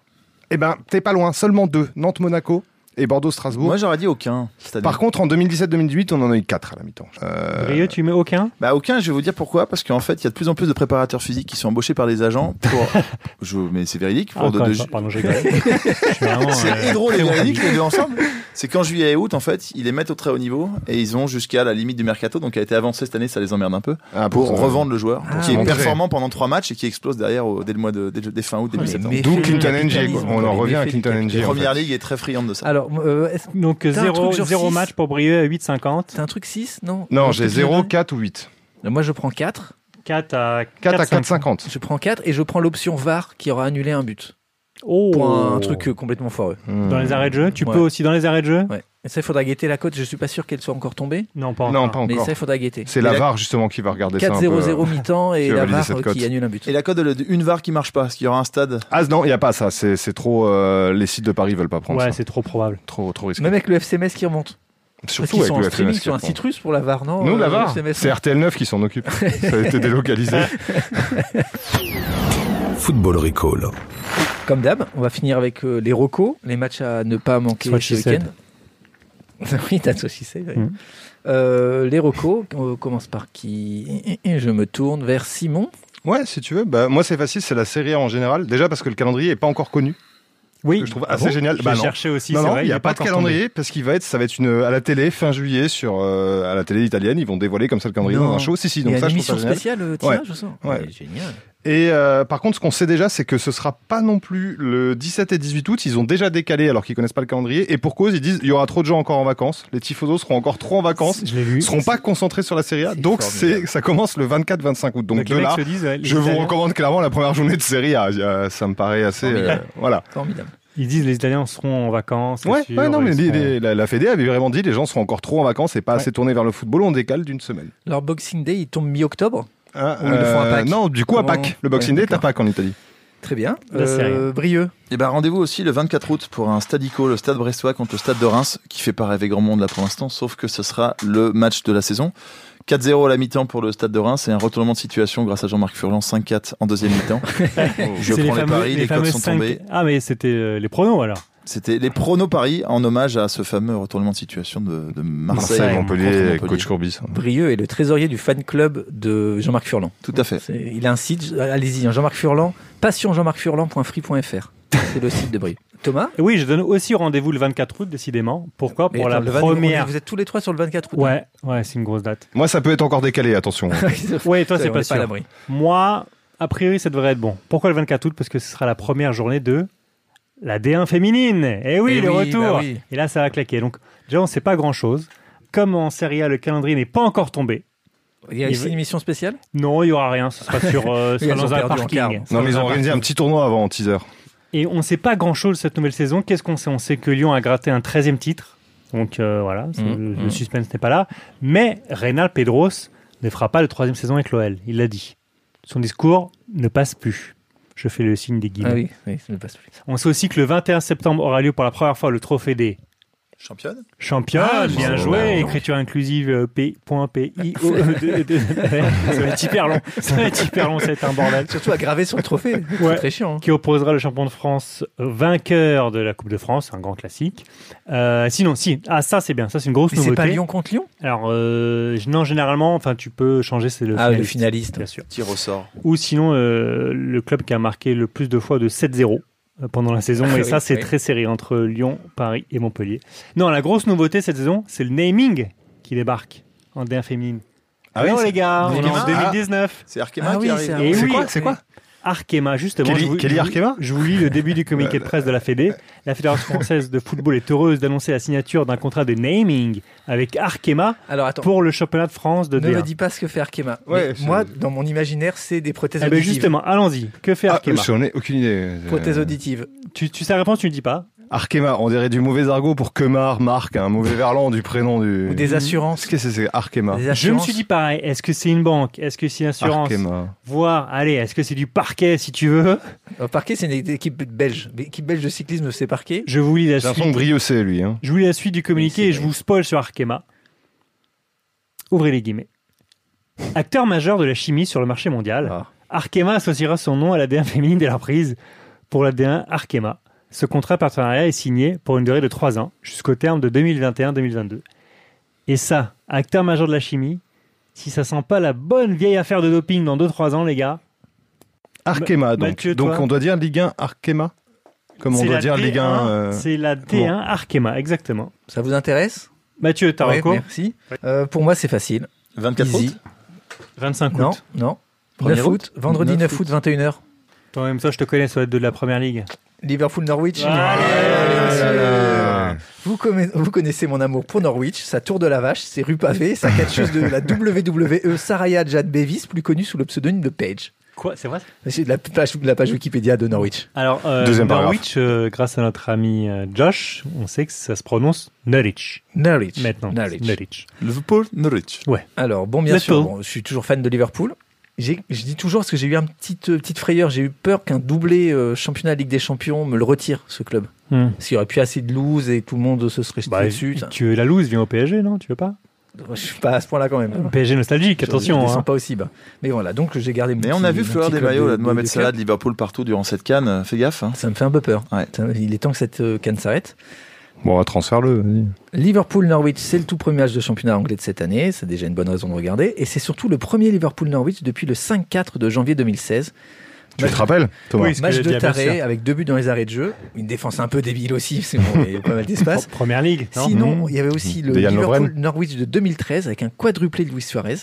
[SPEAKER 10] Eh ben, t'es pas loin, seulement deux. Nantes-Monaco et Bordeaux-Strasbourg.
[SPEAKER 4] Moi, j'aurais dit aucun. cette année.
[SPEAKER 10] Par contre, en 2017-2018, on en a eu 4 à la mi-temps. Euh,
[SPEAKER 3] Brieux, tu mets aucun
[SPEAKER 4] Bah aucun, je vais vous dire pourquoi, parce qu'en fait, il y a de plus en plus de préparateurs physiques qui sont embauchés par des agents pour... je, mais c'est véridique. Pour
[SPEAKER 3] Ah,
[SPEAKER 4] de-
[SPEAKER 3] encore
[SPEAKER 4] de-
[SPEAKER 3] une fois, pardon, j'ai rigolé. Je suis vraiment,
[SPEAKER 4] C'est
[SPEAKER 3] euh,
[SPEAKER 4] drôle et
[SPEAKER 3] très bon
[SPEAKER 4] véridique
[SPEAKER 3] ami.
[SPEAKER 4] les deux ensemble. C'est qu'en juillet et août, en fait, ils les mettent au très haut niveau et ils ont jusqu'à la limite du mercato, donc qui a été avancé cette année, ça les emmerde un peu,
[SPEAKER 10] Ah,
[SPEAKER 4] pour
[SPEAKER 10] pour, euh,
[SPEAKER 4] revendre le joueur,
[SPEAKER 10] Ah,
[SPEAKER 4] qui est
[SPEAKER 10] montrer.
[SPEAKER 4] performant pendant trois matchs et qui explose derrière au- dès le mois de dès, dès fin août, début
[SPEAKER 2] les
[SPEAKER 4] septembre.
[SPEAKER 2] méfaits
[SPEAKER 10] D'où
[SPEAKER 2] du
[SPEAKER 10] Clinton NG.
[SPEAKER 2] capitalisme,
[SPEAKER 10] On en
[SPEAKER 2] les
[SPEAKER 10] revient à
[SPEAKER 2] méfaits du
[SPEAKER 10] Clinton NG.
[SPEAKER 2] capitalisme.
[SPEAKER 4] Première ligue est très friande de ça.
[SPEAKER 2] Alors, euh, est-ce que
[SPEAKER 3] Donc
[SPEAKER 2] T'as un truc genre
[SPEAKER 3] 0
[SPEAKER 2] six.
[SPEAKER 3] match pour Brieux à 8,50.
[SPEAKER 2] t'as un truc 6 Non
[SPEAKER 10] Non,
[SPEAKER 2] Un
[SPEAKER 10] j'ai
[SPEAKER 2] truc
[SPEAKER 10] 0,
[SPEAKER 2] de-
[SPEAKER 10] 4 ou 8.
[SPEAKER 2] Moi, je prends 4.
[SPEAKER 3] 4 à
[SPEAKER 10] 4 à 4,50.
[SPEAKER 2] Je prends 4 et je prends l'option VAR qui aura annulé un but.
[SPEAKER 3] Oh.
[SPEAKER 2] Pour un, un truc euh, complètement foireux.
[SPEAKER 3] Dans
[SPEAKER 10] Hmm.
[SPEAKER 3] les arrêts de jeu Tu
[SPEAKER 2] Ouais.
[SPEAKER 3] peux aussi dans les arrêts de jeu
[SPEAKER 2] Ouais. Et ça, il faudra guetter la cote. Je suis pas sûr qu'elle soit encore tombée.
[SPEAKER 3] Non, pas encore.
[SPEAKER 10] Non, pas
[SPEAKER 2] Mais
[SPEAKER 10] encore.
[SPEAKER 2] ça, il faudra guetter.
[SPEAKER 10] C'est
[SPEAKER 4] Et
[SPEAKER 10] la
[SPEAKER 4] la-
[SPEAKER 10] VAR justement qui va regarder ça. un peu, euh,
[SPEAKER 2] 4-0-0 mi-temps
[SPEAKER 10] qui
[SPEAKER 2] et
[SPEAKER 10] va
[SPEAKER 2] la
[SPEAKER 10] valider
[SPEAKER 2] VAr
[SPEAKER 10] cette
[SPEAKER 2] euh,
[SPEAKER 10] cote.
[SPEAKER 2] qui annule un but.
[SPEAKER 4] Et la code de, de- une VAR qui marche pas, parce qu'il y aura un stade.
[SPEAKER 10] Ah non, il n'y a pas ça. C'est c'est trop. euh, les sites de Paris veulent pas prendre
[SPEAKER 3] Ouais,
[SPEAKER 10] ça.
[SPEAKER 3] c'est trop probable.
[SPEAKER 10] Trop, trop risqué.
[SPEAKER 2] Même avec le FCMS qui remonte. Parce
[SPEAKER 10] Surtout
[SPEAKER 2] qu'ils
[SPEAKER 10] avec
[SPEAKER 2] sont en
[SPEAKER 10] le
[SPEAKER 2] streaming
[SPEAKER 10] FMS
[SPEAKER 2] sur un
[SPEAKER 10] qui reprend.
[SPEAKER 2] site russe pour la VAR, non
[SPEAKER 10] Nous,
[SPEAKER 2] euh,
[SPEAKER 10] la
[SPEAKER 2] le
[SPEAKER 10] VAR,
[SPEAKER 2] FCMS,
[SPEAKER 10] c'est RTL9 qui s'en occupe. ça a été délocalisé.
[SPEAKER 1] Football Recall.
[SPEAKER 2] Comme d'hab, on va finir avec euh, les recos, les matchs à ne pas manquer
[SPEAKER 3] Soit
[SPEAKER 2] ce
[SPEAKER 3] she said.
[SPEAKER 2] week-end. oui, t'as tout aussi, c'est vrai.
[SPEAKER 3] Mhm.
[SPEAKER 2] Euh, les recos, on commence par qui Je me tourne vers Simon.
[SPEAKER 10] Ouais, si tu veux. Bah, moi, c'est facile. C'est la série A en général. Déjà parce que le calendrier est pas encore connu.
[SPEAKER 3] Oui.
[SPEAKER 10] que je trouve
[SPEAKER 3] Ah
[SPEAKER 10] assez
[SPEAKER 3] bon
[SPEAKER 10] génial.
[SPEAKER 3] Je
[SPEAKER 10] Bah
[SPEAKER 3] l'ai
[SPEAKER 10] non.
[SPEAKER 3] cherché aussi,
[SPEAKER 10] Non,
[SPEAKER 3] c'est
[SPEAKER 10] non,
[SPEAKER 3] vrai.
[SPEAKER 10] il n'y a,
[SPEAKER 3] est
[SPEAKER 10] pas, de
[SPEAKER 3] encore tombé.
[SPEAKER 10] calendrier parce qu'il va être, ça va être une, à la télé fin juillet sur euh, à la télé italienne. Ils vont dévoiler comme ça le calendrier dans un show. Si, si.
[SPEAKER 2] Il y
[SPEAKER 10] Donc
[SPEAKER 2] a
[SPEAKER 10] ça,
[SPEAKER 2] une
[SPEAKER 10] je trouve ça
[SPEAKER 2] émission spéciale,
[SPEAKER 10] génial.
[SPEAKER 2] euh,
[SPEAKER 10] Ouais.
[SPEAKER 2] tirage au sort.
[SPEAKER 10] Ouais.
[SPEAKER 2] Mais Génial.
[SPEAKER 10] Et euh, par contre, ce qu'on sait déjà, c'est que ce sera pas non plus le 17 et 18 août. Ils ont déjà décalé alors qu'ils connaissent pas le calendrier. Et pour cause, ils disent il y aura trop de gens encore en vacances. Les tifosos seront encore trop en vacances.
[SPEAKER 3] Je l'ai vu.
[SPEAKER 10] Ils seront pas concentrés sur la Serie A. Donc c'est ça commence le 24-25 août. Donc,
[SPEAKER 3] Donc
[SPEAKER 10] de
[SPEAKER 3] les mecs
[SPEAKER 10] là,
[SPEAKER 3] se disent, ouais, les
[SPEAKER 10] je vous
[SPEAKER 3] Italiens-
[SPEAKER 10] recommande clairement la première journée de Serie A. Euh, Ça me paraît assez euh, voilà.
[SPEAKER 2] Formidable.
[SPEAKER 3] Ils disent les Italiens seront en vacances. c'est
[SPEAKER 10] Ouais,
[SPEAKER 3] sûr,
[SPEAKER 10] ouais, non,
[SPEAKER 3] ils
[SPEAKER 10] mais les-
[SPEAKER 3] seront-
[SPEAKER 10] les- la, la Fédé avait vraiment dit les gens seront encore trop en vacances et pas
[SPEAKER 3] Ouais.
[SPEAKER 10] assez tournés vers le football. On décale d'une semaine.
[SPEAKER 2] Leur Boxing Day, il tombe mi-octobre.
[SPEAKER 10] Hein,
[SPEAKER 2] Ou ils le font à Pâques.
[SPEAKER 10] Non, du coup à
[SPEAKER 2] Comment-
[SPEAKER 10] Pâques. Le Boxing
[SPEAKER 2] Ouais,
[SPEAKER 10] Day est à
[SPEAKER 2] d'accord.
[SPEAKER 10] Pâques en Italie.
[SPEAKER 2] Très bien. Euh,
[SPEAKER 3] La série.
[SPEAKER 2] Brieux.
[SPEAKER 4] Et ben rendez-vous aussi le 24 août pour un stadico, le stade brestois contre le stade de Reims, qui fait pas rêver grand monde là pour l'instant, sauf que ce sera le match de la saison. 4-0 à la mi-temps pour le stade de Reims et un retournement de situation grâce à Jean-Marc Furlan, 5-4 en deuxième mi-temps. Je
[SPEAKER 3] C'est
[SPEAKER 4] prends les, paris, les, codes
[SPEAKER 3] fameux
[SPEAKER 4] sont
[SPEAKER 3] cinq-
[SPEAKER 4] tombés.
[SPEAKER 3] Ah, mais c'était euh, les pronos alors.
[SPEAKER 4] C'était les pronos paris en hommage à ce fameux retournement de situation de, de Marseille,
[SPEAKER 3] Marseille,
[SPEAKER 4] contre
[SPEAKER 10] Montpellier, coach Courbis.
[SPEAKER 2] Brieux est le trésorier du fan club de Jean-Marc Furlan.
[SPEAKER 4] Tout à fait.
[SPEAKER 2] C'est- Il a un site, je- allez-y, hein, Jean-Marc Furlan, passionjeanmarcfurlan.free.fr. C'est le site de Brieux. Thomas
[SPEAKER 3] Et oui, je donne aussi rendez-vous le 24 août, décidément. Pourquoi
[SPEAKER 2] Mais
[SPEAKER 3] Pour la
[SPEAKER 2] attends, le 20
[SPEAKER 3] première.
[SPEAKER 2] Vous êtes tous les trois sur le 24 août.
[SPEAKER 3] Ouais, ouais, c'est une grosse date.
[SPEAKER 10] Moi, ça peut être encore décalé. Attention.
[SPEAKER 3] Ouais, toi, c'est
[SPEAKER 2] On
[SPEAKER 3] pas
[SPEAKER 2] est à
[SPEAKER 3] sûr.
[SPEAKER 2] l'abri.
[SPEAKER 3] Moi, a priori, ça devrait être bon. Pourquoi le 24 août Parce que ce sera la première journée de la D1 féminine. Et oui,
[SPEAKER 2] Eh
[SPEAKER 3] le
[SPEAKER 2] oui,
[SPEAKER 3] retour.
[SPEAKER 2] bah oui.
[SPEAKER 3] Et là, ça va claquer. Donc, déjà, on ne sait pas grand-chose. Comme en Serie A, le calendrier n'est pas encore tombé.
[SPEAKER 2] Il y a
[SPEAKER 3] Il
[SPEAKER 2] aussi
[SPEAKER 3] veut-
[SPEAKER 2] une émission spéciale
[SPEAKER 3] Non, il n'y aura rien. Ce sera sur euh, ce
[SPEAKER 2] Oui,
[SPEAKER 3] sera
[SPEAKER 2] elles ont
[SPEAKER 3] dans un
[SPEAKER 2] perdu en quart.
[SPEAKER 3] parking. Ce sera
[SPEAKER 10] Non, mais ils
[SPEAKER 3] dans
[SPEAKER 10] ont
[SPEAKER 3] un
[SPEAKER 10] organisé un
[SPEAKER 3] parking.
[SPEAKER 10] petit tournoi avant en teaser.
[SPEAKER 3] Et on ne sait pas grand-chose cette nouvelle saison. Qu'est-ce qu'on sait On sait que Lyon a gratté un 13e titre. Donc euh, voilà, c'est-
[SPEAKER 2] Mhm,
[SPEAKER 3] le, le
[SPEAKER 2] mhm.
[SPEAKER 3] suspense n'est pas là. Mais Reynal Pedros ne fera pas le troisième saison avec l'OL. Il l'a dit. Son discours ne passe plus. Je fais le signe des guillemets.
[SPEAKER 2] Ah oui, oui, ça ne passe plus.
[SPEAKER 3] On sait aussi que le 21 septembre aura lieu pour la première fois le trophée des
[SPEAKER 4] Championne
[SPEAKER 3] champions.
[SPEAKER 2] Ah,
[SPEAKER 3] bien
[SPEAKER 2] bon,
[SPEAKER 3] joué.
[SPEAKER 2] bah,
[SPEAKER 3] Écriture inclusive euh, P. point P. I. O. E, de- de- de- Ça va être hyper long. Ça va être hyper long, c'est un bordel.
[SPEAKER 2] Surtout à graver sur le trophée.
[SPEAKER 3] Ouais.
[SPEAKER 2] C'est très chiant. hein.
[SPEAKER 3] Qui opposera le champion de France euh, vainqueur de la Coupe de France, un grand classique. Euh, sinon, si, ah ça c'est bien, ça c'est une grosse
[SPEAKER 2] Mais c'est
[SPEAKER 3] nouveauté.
[SPEAKER 2] pas Lyon contre Lyon
[SPEAKER 3] Alors euh, non, généralement, enfin tu peux changer, c'est le
[SPEAKER 2] Ah, le
[SPEAKER 3] finaliste,
[SPEAKER 2] finaliste.
[SPEAKER 3] bien sûr.
[SPEAKER 4] Tir au sort.
[SPEAKER 3] Ou sinon euh, le club qui a marqué le plus de fois de 7-0 euh, pendant la saison. Et
[SPEAKER 2] Ah, Oui,
[SPEAKER 3] ça c'est
[SPEAKER 2] oui.
[SPEAKER 3] très serré entre Lyon, Paris et Montpellier. Non, la grosse nouveauté cette saison, c'est le naming qui débarque en D1 féminine.
[SPEAKER 10] Ah
[SPEAKER 3] Alors
[SPEAKER 10] oui, c'est-
[SPEAKER 3] les gars, on est en
[SPEAKER 4] Arkema.
[SPEAKER 3] 2019.
[SPEAKER 4] C'est Arkema
[SPEAKER 2] Ah
[SPEAKER 4] qui
[SPEAKER 2] oui,
[SPEAKER 4] arrive.
[SPEAKER 2] c'est
[SPEAKER 3] Et
[SPEAKER 2] Arkema.
[SPEAKER 3] oui,
[SPEAKER 10] C'est quoi
[SPEAKER 3] Arkema, justement.
[SPEAKER 10] Kelly-
[SPEAKER 3] je vous-
[SPEAKER 10] Kelly
[SPEAKER 3] je vous-
[SPEAKER 10] Arkema
[SPEAKER 3] Je vous lis le début du communiqué de presse de la Fédé. La Fédération française de football est heureuse d'annoncer la signature d'un contrat de naming avec Arkema
[SPEAKER 2] Alors attends,
[SPEAKER 3] pour le championnat de France de
[SPEAKER 2] ne me
[SPEAKER 3] D1.
[SPEAKER 2] dis pas ce que fait Arkema.
[SPEAKER 10] Ouais,
[SPEAKER 2] Mais
[SPEAKER 10] c'est-
[SPEAKER 2] moi, dans mon imaginaire, c'est des prothèses
[SPEAKER 3] Eh ben
[SPEAKER 2] auditives.
[SPEAKER 3] justement, allons-y. Que fait
[SPEAKER 10] Ah,
[SPEAKER 3] Arkema
[SPEAKER 10] j'en ai aucune idée. Euh,
[SPEAKER 2] Prothèses auditives.
[SPEAKER 3] tu, tu sais la réponse, tu ne dis pas.
[SPEAKER 10] Arkema, on dirait du mauvais argot pour Kemar, Marc, un mauvais verlan du prénom du.
[SPEAKER 2] Ou des assurances.
[SPEAKER 10] Qu'est-ce que c'est, c'est Arkema
[SPEAKER 3] Je me suis dit pareil, est-ce que c'est une banque Est-ce que c'est une assurance
[SPEAKER 10] Arkema.
[SPEAKER 3] Voir, allez, est-ce que c'est du parquet si tu veux
[SPEAKER 2] Euh, Parquet, c'est une équipe belge. L'équipe belge de cyclisme, c'est Parquet.
[SPEAKER 3] Je vous lis la
[SPEAKER 10] J'ai l'impression
[SPEAKER 3] suite.
[SPEAKER 10] que Brieux, c'est lui. Hein.
[SPEAKER 3] Je vous lis la suite du communiqué et je vous spoil sur Arkema. Ouvrez les guillemets. Acteur majeur de la chimie sur le marché mondial, Arkema associera son nom à l'ADN féminine de la prise pour l'ADN Arkema. Ce contrat partenariat est signé pour une durée de 3 ans, jusqu'au terme de 2021-2022. Et ça, acteur majeur de la chimie, si ça sent pas la bonne vieille affaire de doping dans 2-3 ans, les gars,
[SPEAKER 10] Arkema,
[SPEAKER 3] Ma-
[SPEAKER 10] donc.
[SPEAKER 3] Mathieu,
[SPEAKER 10] donc
[SPEAKER 3] toi
[SPEAKER 10] on doit dire Ligue 1 Arkema Comme on
[SPEAKER 3] C'est
[SPEAKER 10] doit
[SPEAKER 3] la
[SPEAKER 10] dire Ligue 1.
[SPEAKER 3] D1,
[SPEAKER 10] euh,
[SPEAKER 3] C'est la D1 Arkema, exactement.
[SPEAKER 2] Ça vous intéresse
[SPEAKER 3] Mathieu, t'as
[SPEAKER 2] Ouais,
[SPEAKER 3] reco
[SPEAKER 2] Merci. Euh, pour moi, c'est facile.
[SPEAKER 4] 24
[SPEAKER 2] Easy.
[SPEAKER 4] août
[SPEAKER 3] 25 août.
[SPEAKER 2] Non, non.
[SPEAKER 3] 1er
[SPEAKER 2] 9 août, vendredi 9 août, 21h.
[SPEAKER 3] Toi, même ça, je te connais, ça doit être de la première ligue.
[SPEAKER 2] Liverpool-Norwich. Vous, commen- vous connaissez mon amour pour Norwich, sa tour de la vache, ses rues pavées, sa catcheuse de la WWE Saraya Jad Bevis, plus connue sous le pseudonyme de Page.
[SPEAKER 3] Quoi, c'est vrai
[SPEAKER 2] C'est de la page, de la page Wikipédia de Norwich.
[SPEAKER 3] Alors, euh,
[SPEAKER 10] Deuxième
[SPEAKER 3] Norwich, euh, grâce à notre ami euh, Josh, on sait que ça se prononce Norwich.
[SPEAKER 2] Norwich.
[SPEAKER 3] Maintenant,
[SPEAKER 2] Norwich.
[SPEAKER 3] Norwich.
[SPEAKER 4] Liverpool, Norwich.
[SPEAKER 3] Ouais.
[SPEAKER 2] Alors, bon, bien
[SPEAKER 3] Let's
[SPEAKER 2] sûr,
[SPEAKER 3] go.
[SPEAKER 2] bon, je suis toujours fan de Liverpool. J'ai- Je dis toujours parce que j'ai eu une petite, euh, petite frayeur. J'ai eu peur qu'un doublé euh, championnat Ligue des Champions me le retire, ce club.
[SPEAKER 3] Hmm.
[SPEAKER 2] Parce qu'il y aurait plus assez de loose et tout le monde se serait jeté
[SPEAKER 3] Bah,
[SPEAKER 2] dessus. ça.
[SPEAKER 3] tu veux la loose, viens au PSG, non Tu veux pas
[SPEAKER 2] Je suis pas à ce point-là quand même.
[SPEAKER 3] PSG nostalgique,
[SPEAKER 2] Je-
[SPEAKER 3] attention.
[SPEAKER 2] Je descends
[SPEAKER 3] hein.
[SPEAKER 2] pas aussi bas. Mais voilà, donc j'ai gardé mon
[SPEAKER 4] Mais on
[SPEAKER 2] petit-
[SPEAKER 4] a vu
[SPEAKER 2] mon
[SPEAKER 4] fleurir
[SPEAKER 2] petit
[SPEAKER 4] des
[SPEAKER 2] club
[SPEAKER 4] maillots là, de
[SPEAKER 2] de
[SPEAKER 4] Mohamed Salah
[SPEAKER 2] club.
[SPEAKER 4] de Liverpool partout durant cette canne. Euh, Fais gaffe. hein.
[SPEAKER 2] Ça me fait un peu peur.
[SPEAKER 4] Ouais.
[SPEAKER 2] Ça- Il est temps que cette euh, canne s'arrête.
[SPEAKER 10] Bon, transfère-le, vas-y.
[SPEAKER 2] Liverpool-Norwich, c'est le tout premier match de championnat anglais de cette année. C'est déjà une bonne raison de regarder. Et c'est surtout le premier Liverpool-Norwich depuis le 5-4 de janvier 2016.
[SPEAKER 10] Tu te rappelles, Thomas
[SPEAKER 3] Oui, ce que
[SPEAKER 2] match
[SPEAKER 3] j'ai
[SPEAKER 2] de
[SPEAKER 3] dit à
[SPEAKER 2] taré
[SPEAKER 3] Bercia.
[SPEAKER 2] avec deux buts dans les arrêts de jeu. Une défense un peu débile aussi, c'est bon, il y a pas mal d'espace.
[SPEAKER 3] Première ligue. non
[SPEAKER 2] Sinon, il y avait aussi le
[SPEAKER 10] De Yann Lovren.
[SPEAKER 2] Liverpool-Norwich de 2013 avec un quadruplé de Luis Suarez.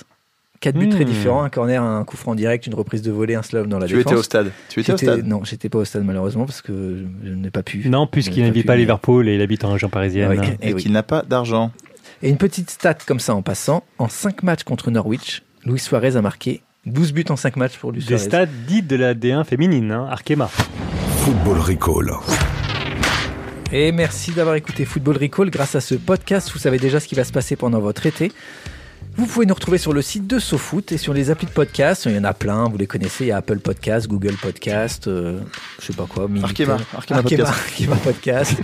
[SPEAKER 2] Quatre buts
[SPEAKER 3] Mmh.
[SPEAKER 2] très différents, un corner, un coup franc direct, une reprise de volée, un slalom dans la
[SPEAKER 4] Tu
[SPEAKER 2] défense.
[SPEAKER 4] étais au stade. Tu étais au
[SPEAKER 2] J'étais-
[SPEAKER 4] stade.
[SPEAKER 2] Non, j'étais pas au stade malheureusement parce que je- je n'ai pas pu.
[SPEAKER 3] Non, puisqu'il
[SPEAKER 2] J'aurais
[SPEAKER 3] n'habite
[SPEAKER 2] pu,
[SPEAKER 3] pas
[SPEAKER 2] mais-
[SPEAKER 3] Liverpool et il habite en région parisienne.
[SPEAKER 2] Euh, Ouais,
[SPEAKER 3] hein.
[SPEAKER 2] et,
[SPEAKER 4] Et
[SPEAKER 2] eh oui.
[SPEAKER 4] qu'il n'a pas d'argent.
[SPEAKER 2] Et une petite stat comme ça en passant, en 5 matchs contre Norwich, Luis Suarez a marqué 12 buts en 5 matchs pour Luis
[SPEAKER 3] Des
[SPEAKER 2] Suarez.
[SPEAKER 3] stades dits de la D1 féminine, hein, Arkema.
[SPEAKER 1] Football Recall.
[SPEAKER 2] Et merci d'avoir écouté Football Recall. Grâce à ce podcast, vous savez déjà ce qui va se passer pendant votre été. Vous pouvez nous retrouver sur le site de SoFoot et sur les applis de podcast. Il y en a plein, vous les connaissez. Il y a Apple Podcast, Google Podcast, euh, je sais pas quoi. Minitel.
[SPEAKER 4] Arkema, Arkema Podcast.
[SPEAKER 2] Arkema Podcast.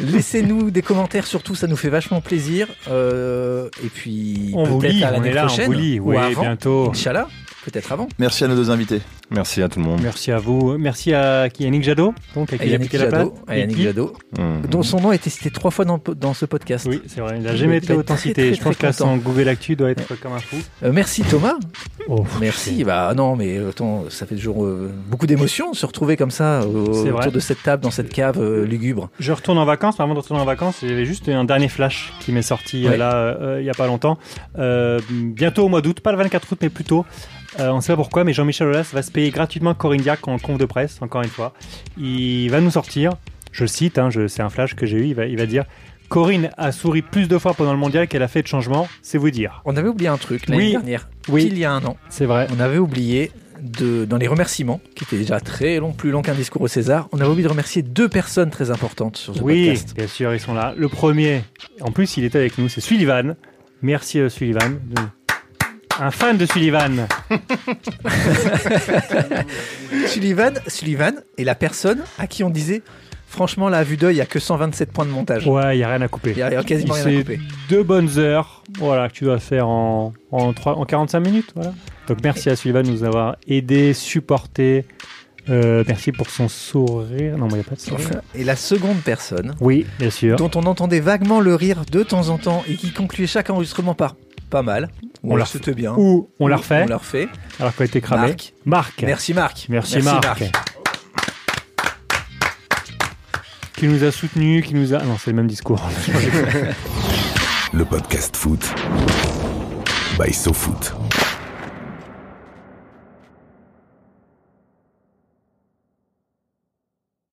[SPEAKER 2] Laissez-nous des commentaires, surtout, ça nous fait vachement plaisir. Euh, et puis,
[SPEAKER 3] On vous
[SPEAKER 2] peut-être
[SPEAKER 3] lit,
[SPEAKER 2] à
[SPEAKER 3] on
[SPEAKER 2] l'année
[SPEAKER 3] est là, on
[SPEAKER 2] prochaine.
[SPEAKER 3] vous lit.
[SPEAKER 2] ou
[SPEAKER 3] Oui,
[SPEAKER 2] avant.
[SPEAKER 3] bientôt.
[SPEAKER 2] Inch'Allah, peut-être avant.
[SPEAKER 4] Merci à nos deux invités.
[SPEAKER 10] Merci à tout le monde.
[SPEAKER 3] Merci à vous. Merci à qui Yannick Jadot, donc à qui
[SPEAKER 2] Ah,
[SPEAKER 3] il a
[SPEAKER 2] Yannick
[SPEAKER 3] piqué la
[SPEAKER 2] Jadot,
[SPEAKER 3] place.
[SPEAKER 2] à Yannick
[SPEAKER 3] Piqué.
[SPEAKER 2] Jadot,
[SPEAKER 10] Mmh.
[SPEAKER 2] dont son nom a été cité trois fois dans, dans ce podcast.
[SPEAKER 3] Oui, c'est vrai, il n'a
[SPEAKER 2] Il
[SPEAKER 3] jamais
[SPEAKER 2] va
[SPEAKER 3] été
[SPEAKER 2] être
[SPEAKER 3] autant
[SPEAKER 2] très,
[SPEAKER 3] cité.
[SPEAKER 2] très,
[SPEAKER 3] je pense
[SPEAKER 2] très
[SPEAKER 3] que là,
[SPEAKER 2] content.
[SPEAKER 3] son Google Actu doit être comme un fou.
[SPEAKER 2] Euh, merci Thomas.
[SPEAKER 3] Oh,
[SPEAKER 2] Merci, bah ah non, mais autant, ça fait toujours euh, beaucoup d'émotions de se retrouver comme ça au-
[SPEAKER 3] C'est
[SPEAKER 2] autour
[SPEAKER 3] vrai.
[SPEAKER 2] de cette table, dans cette cave euh, lugubre.
[SPEAKER 3] Je retourne en vacances, mais avant de retourner en vacances, j'avais juste un dernier flash qui m'est sorti euh,
[SPEAKER 2] Ouais.
[SPEAKER 3] là euh, il y n'y a pas longtemps. Euh, bientôt au mois d'août, pas le 24 août, mais plus tôt. Euh, on ne sait pas pourquoi, mais Jean-Michel Aulas va se payer gratuitement Corinne Diacre en conf de presse, encore une fois. Il va nous sortir, je le cite, hein, je- c'est un flash que j'ai eu, il va, il va dire Corinne a souri plus de fois pendant le mondial qu'elle a fait de changement, c'est vous dire.
[SPEAKER 2] On avait oublié un truc l'année
[SPEAKER 3] Oui.
[SPEAKER 2] dernière,
[SPEAKER 3] Oui.
[SPEAKER 2] il y a un an.
[SPEAKER 3] C'est vrai.
[SPEAKER 2] On avait oublié, de, dans les remerciements, qui étaient déjà très longs, plus longs qu'un discours au César, on avait oublié de remercier deux personnes très importantes sur ce
[SPEAKER 3] Oui,
[SPEAKER 2] podcast.
[SPEAKER 3] bien sûr, ils sont là. Le premier, en plus, il était avec nous, c'est Sullivan. Merci euh, Sullivan. Un fan de Sullivan.
[SPEAKER 2] Sullivan, Sullivan est la personne à qui on disait, franchement, là, à vue d'œil, il n'y a que 127 points de montage.
[SPEAKER 3] Ouais, il n'y a rien à couper.
[SPEAKER 2] Il y a- il y a quasiment
[SPEAKER 3] Il
[SPEAKER 2] rien à
[SPEAKER 3] s'est
[SPEAKER 2] couper.
[SPEAKER 3] Deux bonnes heures voilà, que tu dois faire en, en, trois- en 45 minutes. Voilà. Donc merci à Sullivan de nous avoir aidés, supportés. Euh, merci pour son sourire. Non, il n'y a pas de sourire.
[SPEAKER 2] Et la seconde personne,
[SPEAKER 3] Oui, bien sûr.
[SPEAKER 2] dont on entendait vaguement le rire de temps en temps et qui concluait chaque enregistrement par pas mal.
[SPEAKER 3] On
[SPEAKER 2] On,
[SPEAKER 3] la
[SPEAKER 2] la c'était bien.
[SPEAKER 3] Ou on la refait,
[SPEAKER 2] hein. On la refait.
[SPEAKER 3] alors qu'on a été cramé.
[SPEAKER 2] Marc.
[SPEAKER 3] Marc.
[SPEAKER 2] Merci Marc.
[SPEAKER 3] Merci, Marc. Qui nous a soutenus, qui nous a. Non, c'est le même discours.
[SPEAKER 1] Le podcast foot. By SoFoot.